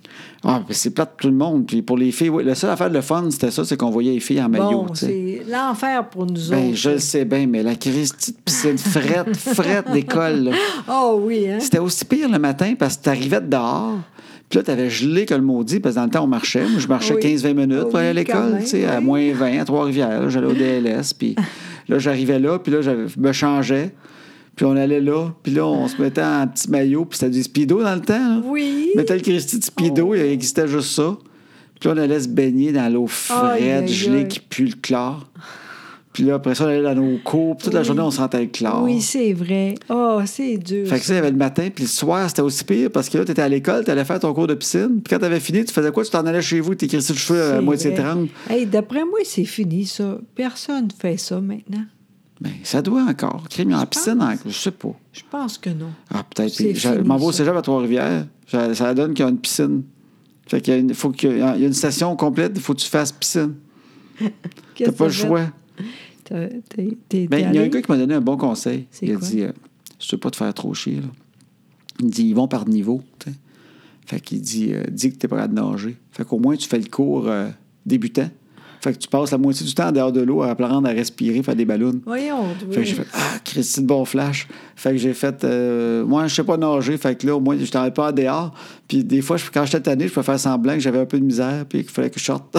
[SPEAKER 2] Ah, puis c'est plate pour tout le monde. Puis pour les filles, oui, la seule affaire de fun, c'était ça, c'est qu'on voyait les filles en maillot.
[SPEAKER 1] bon,
[SPEAKER 2] Ben, tu sais.
[SPEAKER 1] c'est l'enfer pour nous
[SPEAKER 2] Ben,
[SPEAKER 1] autres.
[SPEAKER 2] je le sais bien, mais la crise de piscine frette, frette d'école. là.
[SPEAKER 1] Oh oui, hein?
[SPEAKER 2] C'était aussi pire le matin parce que t'arrivais de dehors. Puis là, t'avais gelé que le maudit, parce que dans le temps, on marchait. Moi, je marchais
[SPEAKER 1] Oui.
[SPEAKER 2] 15-20 minutes pour aller à
[SPEAKER 1] Oui, quand
[SPEAKER 2] l'école,
[SPEAKER 1] même,
[SPEAKER 2] tu sais, à
[SPEAKER 1] oui.
[SPEAKER 2] moins 20, à Trois-Rivières. là, J'allais au DLS, puis là, j'arrivais là, puis là, je me changeais. Puis on allait là, puis là, on se mettait en petit maillot, puis c'était du speedo dans le temps. là.
[SPEAKER 1] Oui. Oh.
[SPEAKER 2] Mais tel Christy de Speedo, il existait juste ça. Puis là, on allait se baigner dans l'eau
[SPEAKER 1] Aïe,
[SPEAKER 2] fraîche,
[SPEAKER 1] aïe,
[SPEAKER 2] gelée,
[SPEAKER 1] aïe.
[SPEAKER 2] qui pue le chlore. Puis là, après ça, on allait dans nos cours. Puis toute la
[SPEAKER 1] Oui.
[SPEAKER 2] journée, on sentait le chlore.
[SPEAKER 1] Oui, c'est vrai. Oh, c'est dur.
[SPEAKER 2] Fait que ça, il y avait le matin, puis le soir, c'était aussi pire parce que là, t'étais à l'école, t'allais faire ton cours de piscine. Puis quand t'avais fini, tu faisais quoi? Tu t'en allais chez vous, t'es crissé le cheveux à
[SPEAKER 1] C'est
[SPEAKER 2] euh, moitié
[SPEAKER 1] vrai.
[SPEAKER 2] tremble.
[SPEAKER 1] Hey, d'après moi, c'est fini, ça. Personne fait ça maintenant.
[SPEAKER 2] Mais Ben, ça doit encore. Crime en piscine,
[SPEAKER 1] pense.
[SPEAKER 2] en- je sais pas.
[SPEAKER 1] Je pense que non.
[SPEAKER 2] Ah, peut-être.
[SPEAKER 1] C'est
[SPEAKER 2] Puis Je je
[SPEAKER 1] fini,
[SPEAKER 2] m'en vais au
[SPEAKER 1] ça.
[SPEAKER 2] cégep à Trois-Rivières. Ça, ça donne qu'il y a une piscine. Fait qu'il y a une, faut qu'il y a il y a une session complète, il faut que tu fasses piscine. T'as
[SPEAKER 1] Qu'est-ce
[SPEAKER 2] pas le
[SPEAKER 1] que ça
[SPEAKER 2] choix.
[SPEAKER 1] fait? T'as- T'es t'es-
[SPEAKER 2] Ben,
[SPEAKER 1] t'es
[SPEAKER 2] il y a un
[SPEAKER 1] allé?
[SPEAKER 2] gars qui m'a donné un bon conseil.
[SPEAKER 1] C'est
[SPEAKER 2] Il a
[SPEAKER 1] quoi?
[SPEAKER 2] dit euh, Je veux pas te faire trop chier. Là. Il dit Ils vont par niveau. tu sais. Fait qu'il dit euh, Dis que t'es pas à nager. Fait qu'au moins, tu fais le cours euh, débutant. Fait que tu passes la moitié du temps en dehors de l'eau à apprendre à respirer, faire des ballons.
[SPEAKER 1] Voyons.
[SPEAKER 2] Fait que j'ai
[SPEAKER 1] oui.
[SPEAKER 2] fait Ah, Christy de bon flash. Fait que j'ai fait euh, Moi, je sais pas nager. Fait que là, au moins, je t'en pas en dehors. Puis des fois, je- quand j'étais tanné, je pouvais faire semblant que j'avais un peu de misère. Puis qu'il fallait que je sorte.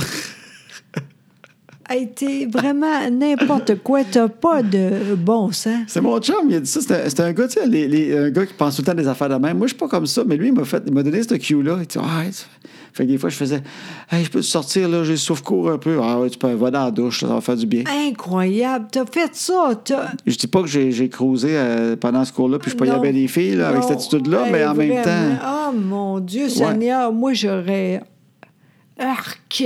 [SPEAKER 1] Hey, t'es vraiment n'importe quoi. T'as pas de bon sens.
[SPEAKER 2] C'est mon chum, il a dit ça. C'était c'était un gars, tu sais, les- les- un gars qui pense tout le temps des affaires de même. Moi, je suis pas comme ça, mais lui, il m'a fait, il m'a donné ce cue-là. Il dit, ah, ouais, tu- fait que des fois, je faisais, hey, je peux te sortir, là, j'ai le souffle-court un peu. Ah, ouais, tu peux va dans la douche, ça va faire du bien.
[SPEAKER 1] Incroyable. T'as fait ça. T'as...
[SPEAKER 2] Je dis pas que j'ai, j'ai cruisé euh, pendant ce cours-là, puis je payais
[SPEAKER 1] Non.
[SPEAKER 2] bien des filles, là, avec cette
[SPEAKER 1] Non.
[SPEAKER 2] attitude-là,
[SPEAKER 1] Hey,
[SPEAKER 2] mais en même
[SPEAKER 1] vraiment.
[SPEAKER 2] temps.
[SPEAKER 1] Oh mon Dieu, Seigneur, moi j'aurais. Arc!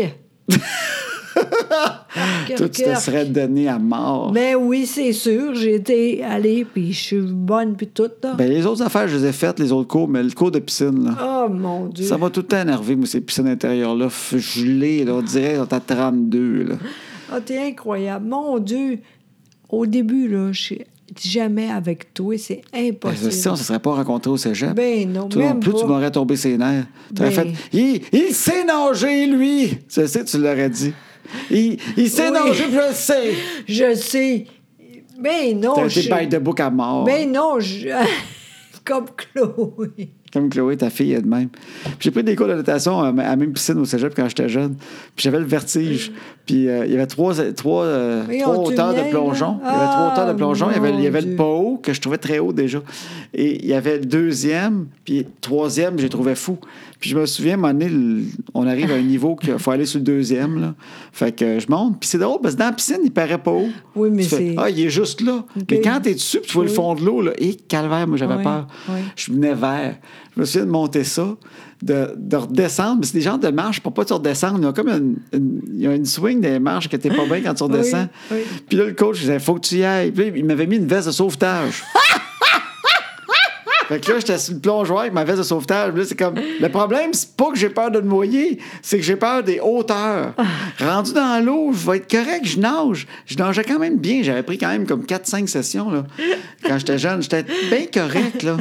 [SPEAKER 1] Arc,
[SPEAKER 2] Toi,
[SPEAKER 1] arc,
[SPEAKER 2] tu te
[SPEAKER 1] arc.
[SPEAKER 2] serais donné à mort.
[SPEAKER 1] Ben oui, c'est sûr. J'étais allée, puis je suis bonne, puis tout, là.
[SPEAKER 2] Ben, les autres affaires, je les ai faites, les autres cours, mais le cours de piscine, là.
[SPEAKER 1] oh mon Dieu.
[SPEAKER 2] Ça m'a tout le temps énervé, moi, ces piscines intérieures-là, f- gelées, là, on dirait, on est à 32, là.
[SPEAKER 1] Ah, t'es incroyable. Mon Dieu, au début, là, je jamais avec toi, c'est
[SPEAKER 2] Ben,
[SPEAKER 1] impossible.
[SPEAKER 2] si on ne se serait pas rencontrés au cégep.
[SPEAKER 1] Ben non,
[SPEAKER 2] Tu vois, en
[SPEAKER 1] même
[SPEAKER 2] plus,
[SPEAKER 1] pas.
[SPEAKER 2] tu m'aurais tombé ses nerfs. Tu aurais
[SPEAKER 1] Ben.
[SPEAKER 2] fait il, il sait nager, lui Tu sais, tu l'aurais dit. Il, il sait
[SPEAKER 1] Oui.
[SPEAKER 2] nager, puis je le sais
[SPEAKER 1] Je sais. Ben non,
[SPEAKER 2] T'as
[SPEAKER 1] je
[SPEAKER 2] été bête de bouc à mort.
[SPEAKER 1] Ben non, je... comme Chloé.
[SPEAKER 2] Comme Chloé, ta fille, elle de même. Puis J'ai pris des cours de natation à ma- à la même piscine au cégep quand j'étais jeune. Puis j'avais le vertige. Puis euh, il y avait trois, trois, euh,
[SPEAKER 1] Voyons,
[SPEAKER 2] trois
[SPEAKER 1] tu
[SPEAKER 2] hauteurs
[SPEAKER 1] viens,
[SPEAKER 2] de
[SPEAKER 1] là?
[SPEAKER 2] plongeon. Il y avait trois
[SPEAKER 1] Ah,
[SPEAKER 2] hauteurs de plongeon. Il y avait, il y avait
[SPEAKER 1] mon
[SPEAKER 2] le
[SPEAKER 1] Dieu.
[SPEAKER 2] pas haut que je trouvais très haut déjà. Et il y avait le deuxième, puis le troisième, je les trouvais fou. Puis je me souviens, à un moment donné, le- on arrive à un niveau qu'il faut aller sur le deuxième. Là. Fait que euh, je monte. Puis c'est drôle parce que dans la piscine, il paraît pas haut.
[SPEAKER 1] Oui, mais
[SPEAKER 2] Tu fais,
[SPEAKER 1] c'est-
[SPEAKER 2] Ah, il est juste là. Mais quand t'es dessus, puis tu vois le
[SPEAKER 1] Oui.
[SPEAKER 2] fond de l'eau, là, et calvaire, moi, j'avais
[SPEAKER 1] Oui,
[SPEAKER 2] peur.
[SPEAKER 1] oui.
[SPEAKER 2] Je venais vert. Je me souviens de monter ça, de, de redescendre. Mais C'est des genres de marches pour pas te redescendre. Il y a comme une, une- il y a une swing des marches que t'es pas bien quand tu redescends.
[SPEAKER 1] oui.
[SPEAKER 2] Puis là, le coach, il disait, faut que tu y ailles. Puis là, il m'avait mis une veste de sauvetage. Fait que là, j'étais sur le plongeoir avec ma veste de sauvetage. Puis Là, c'est comme. Le problème, c'est pas que j'ai peur de me noyer, c'est que j'ai peur des hauteurs. Rendu dans l'eau, je vais être correct, je nage. Je nageais quand même bien. J'avais pris quand même comme 4-5 sessions, là. Quand j'étais jeune, j'étais bien correct, là.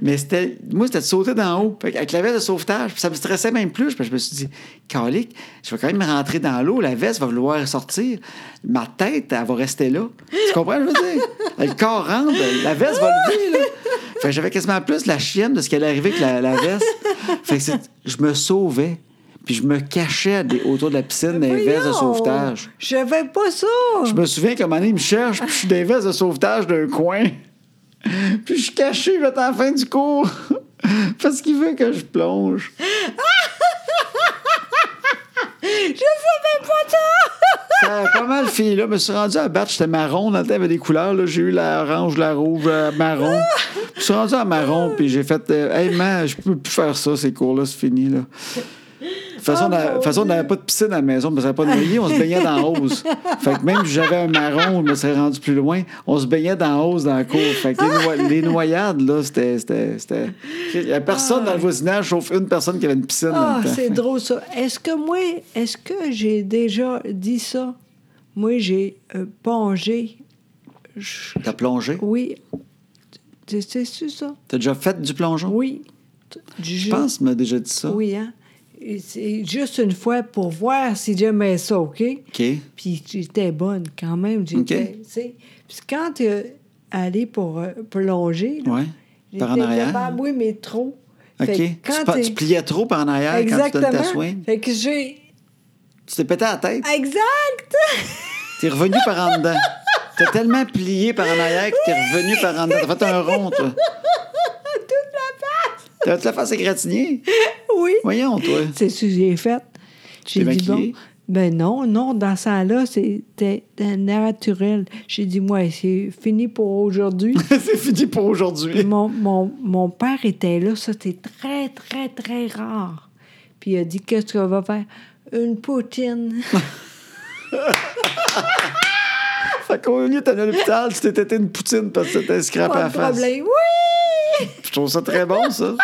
[SPEAKER 2] Mais c'était. Moi, c'était de sauter d'en haut. Fait que avec la veste de sauvetage, ça me stressait même plus. Puis je me suis dit, calique, je vais quand même rentrer dans l'eau. La veste va vouloir sortir. Ma tête, elle va rester là. Tu comprends, ce que je veux dire? Le corps rentre, la veste va lever, là. Fait que j'avais quasiment plus la chienne de ce qui allait arriver que la, la veste. fait que c'est- je me sauvais. Puis je me cachais des- autour de la piscine dans les vestes de
[SPEAKER 1] Voyons,
[SPEAKER 2] sauvetage.
[SPEAKER 1] Je fais pas ça.
[SPEAKER 2] Je me souviens qu'à un moment donné, il me cherche, puis je suis dans les vestes de sauvetage d'un coin. Puis je suis caché, je vais être à la fin du cours. Parce qu'il veut que je plonge.
[SPEAKER 1] Je savais pas ça.
[SPEAKER 2] Ça a pas mal fini là. Je me suis rendu à battre. J'étais marron. Dans le temps, il y avait des couleurs. là. J'ai eu la orange, la rouge, la marron. Je me suis rendu à marron. Puis j'ai fait euh, Hey, man, je peux plus faire ça, ces cours-là. C'est fini. Là. De toute façon,
[SPEAKER 1] Oh,
[SPEAKER 2] on a- de toute façon, on
[SPEAKER 1] mon Dieu.
[SPEAKER 2] n'avait pas de piscine à la maison, on ne serait pas noyé, on se baignait dans la hausse. Fait que même si j'avais un marron, je me serais rendu plus loin, on se baignait dans la hausse dans la cour. Fait que les, noy- les noyades, là, c'était. c'était- c'était- Il n'y a personne dans le voisinage, sauf une personne qui avait une piscine. dans
[SPEAKER 1] Ah,
[SPEAKER 2] le temps.
[SPEAKER 1] c'est drôle ça. Est-ce que moi, est-ce que j'ai déjà dit ça? Moi, j'ai euh, pongé. Je-
[SPEAKER 2] T'as plongé?
[SPEAKER 1] Oui. Tu sais, c'est ça?
[SPEAKER 2] T'as déjà fait du plongeon?
[SPEAKER 1] Oui. Du
[SPEAKER 2] Je pense que m'a déjà dit ça.
[SPEAKER 1] Oui, hein? Et C'est juste une fois pour voir si j'aimais ça, OK?
[SPEAKER 2] OK.
[SPEAKER 1] Puis j'étais bonne quand même. J'étais,
[SPEAKER 2] OK.
[SPEAKER 1] tu sais. Puis quand tu es allé pour euh, plonger, là,
[SPEAKER 2] Ouais.
[SPEAKER 1] j'étais ah,
[SPEAKER 2] Par en arrière?
[SPEAKER 1] capable, oui, mais trop.
[SPEAKER 2] OK.
[SPEAKER 1] Fait que
[SPEAKER 2] Tu, pa-
[SPEAKER 1] t'es-
[SPEAKER 2] tu pliais trop par en arrière quand tu donnais ta
[SPEAKER 1] Exactement.
[SPEAKER 2] swing.
[SPEAKER 1] Fait que j'ai...
[SPEAKER 2] Tu t'es pété la tête.
[SPEAKER 1] Exact!
[SPEAKER 2] T'es revenu par en dedans. T'as tellement plié par en arrière que t'es revenu par en dedans. T'as fait un rond, toi. Toute la face. T'as toute la face égratignée.
[SPEAKER 1] oui.
[SPEAKER 2] Voyons, toi.
[SPEAKER 1] C'est ce que j'ai fait. J'ai
[SPEAKER 2] t'es
[SPEAKER 1] dit, bon,
[SPEAKER 2] maquillée?
[SPEAKER 1] ben non, non, dans ça là c'était naturel. J'ai dit, moi, c'est fini pour aujourd'hui.
[SPEAKER 2] C'est fini pour aujourd'hui.
[SPEAKER 1] mon, mon, mon père était là, ça c'est très, très, très rare. Puis il a dit, qu'est-ce qu'on va faire? Une poutine.
[SPEAKER 2] Fait qu'au lieu t'es allé à l'hôpital, tu t'es têté une poutine parce que t'as un scrap à
[SPEAKER 1] Pas
[SPEAKER 2] la
[SPEAKER 1] de
[SPEAKER 2] face.
[SPEAKER 1] problème. Oui!
[SPEAKER 2] Je trouve ça très bon, ça.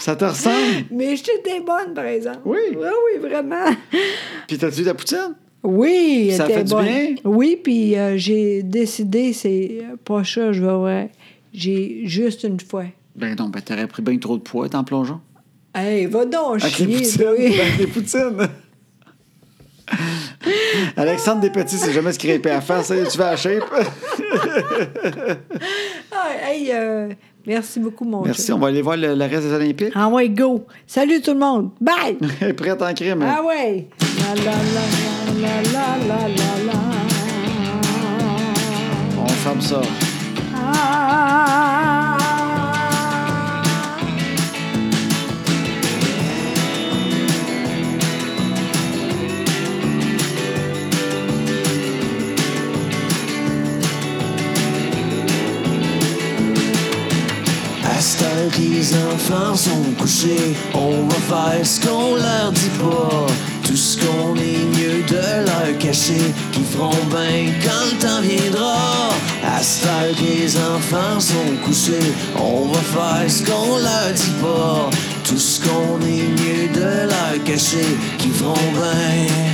[SPEAKER 2] ça te ressemble.
[SPEAKER 1] Mais j'étais bonne, par exemple.
[SPEAKER 2] Oui.
[SPEAKER 1] Oui, oui, vraiment.
[SPEAKER 2] Puis t'as-tu eu de la poutine?
[SPEAKER 1] Oui,
[SPEAKER 2] Ça
[SPEAKER 1] elle était
[SPEAKER 2] fait du
[SPEAKER 1] bonne.
[SPEAKER 2] bien?
[SPEAKER 1] Oui, puis euh, j'ai décidé, c'est pas ça, je vais voir. J'ai juste une fois.
[SPEAKER 2] Ben non, ben t'aurais pris bien trop de poids en plongeon.
[SPEAKER 1] Hey, va donc
[SPEAKER 2] Avec les
[SPEAKER 1] chier,
[SPEAKER 2] poutines.
[SPEAKER 1] toi.
[SPEAKER 2] Avec les poutines. Alexandre Despetis, c'est jamais scrapé à face. hein. Tu vas à la shape.
[SPEAKER 1] Ah, hey, euh, merci beaucoup, mon
[SPEAKER 2] Merci,
[SPEAKER 1] chat.
[SPEAKER 2] on va aller voir le, le reste des Olympiques.
[SPEAKER 1] Ah ouais, go. Salut tout le monde. Bye!
[SPEAKER 2] Elle est Prête en crime. hein.
[SPEAKER 1] Ah ouais! La, la, la, la, la, la, la, la.
[SPEAKER 2] On ferme ça.
[SPEAKER 1] Ah.
[SPEAKER 3] À ce temps que les enfants sont couchés, on va faire ce qu'on leur dit pas. Tout ce qu'on est mieux de leur cacher, qui feront bien quand le temps viendra. À ce temps que les enfants sont couchés, on va faire ce qu'on leur dit pas. Tout ce qu'on est mieux de leur cacher, qui feront bien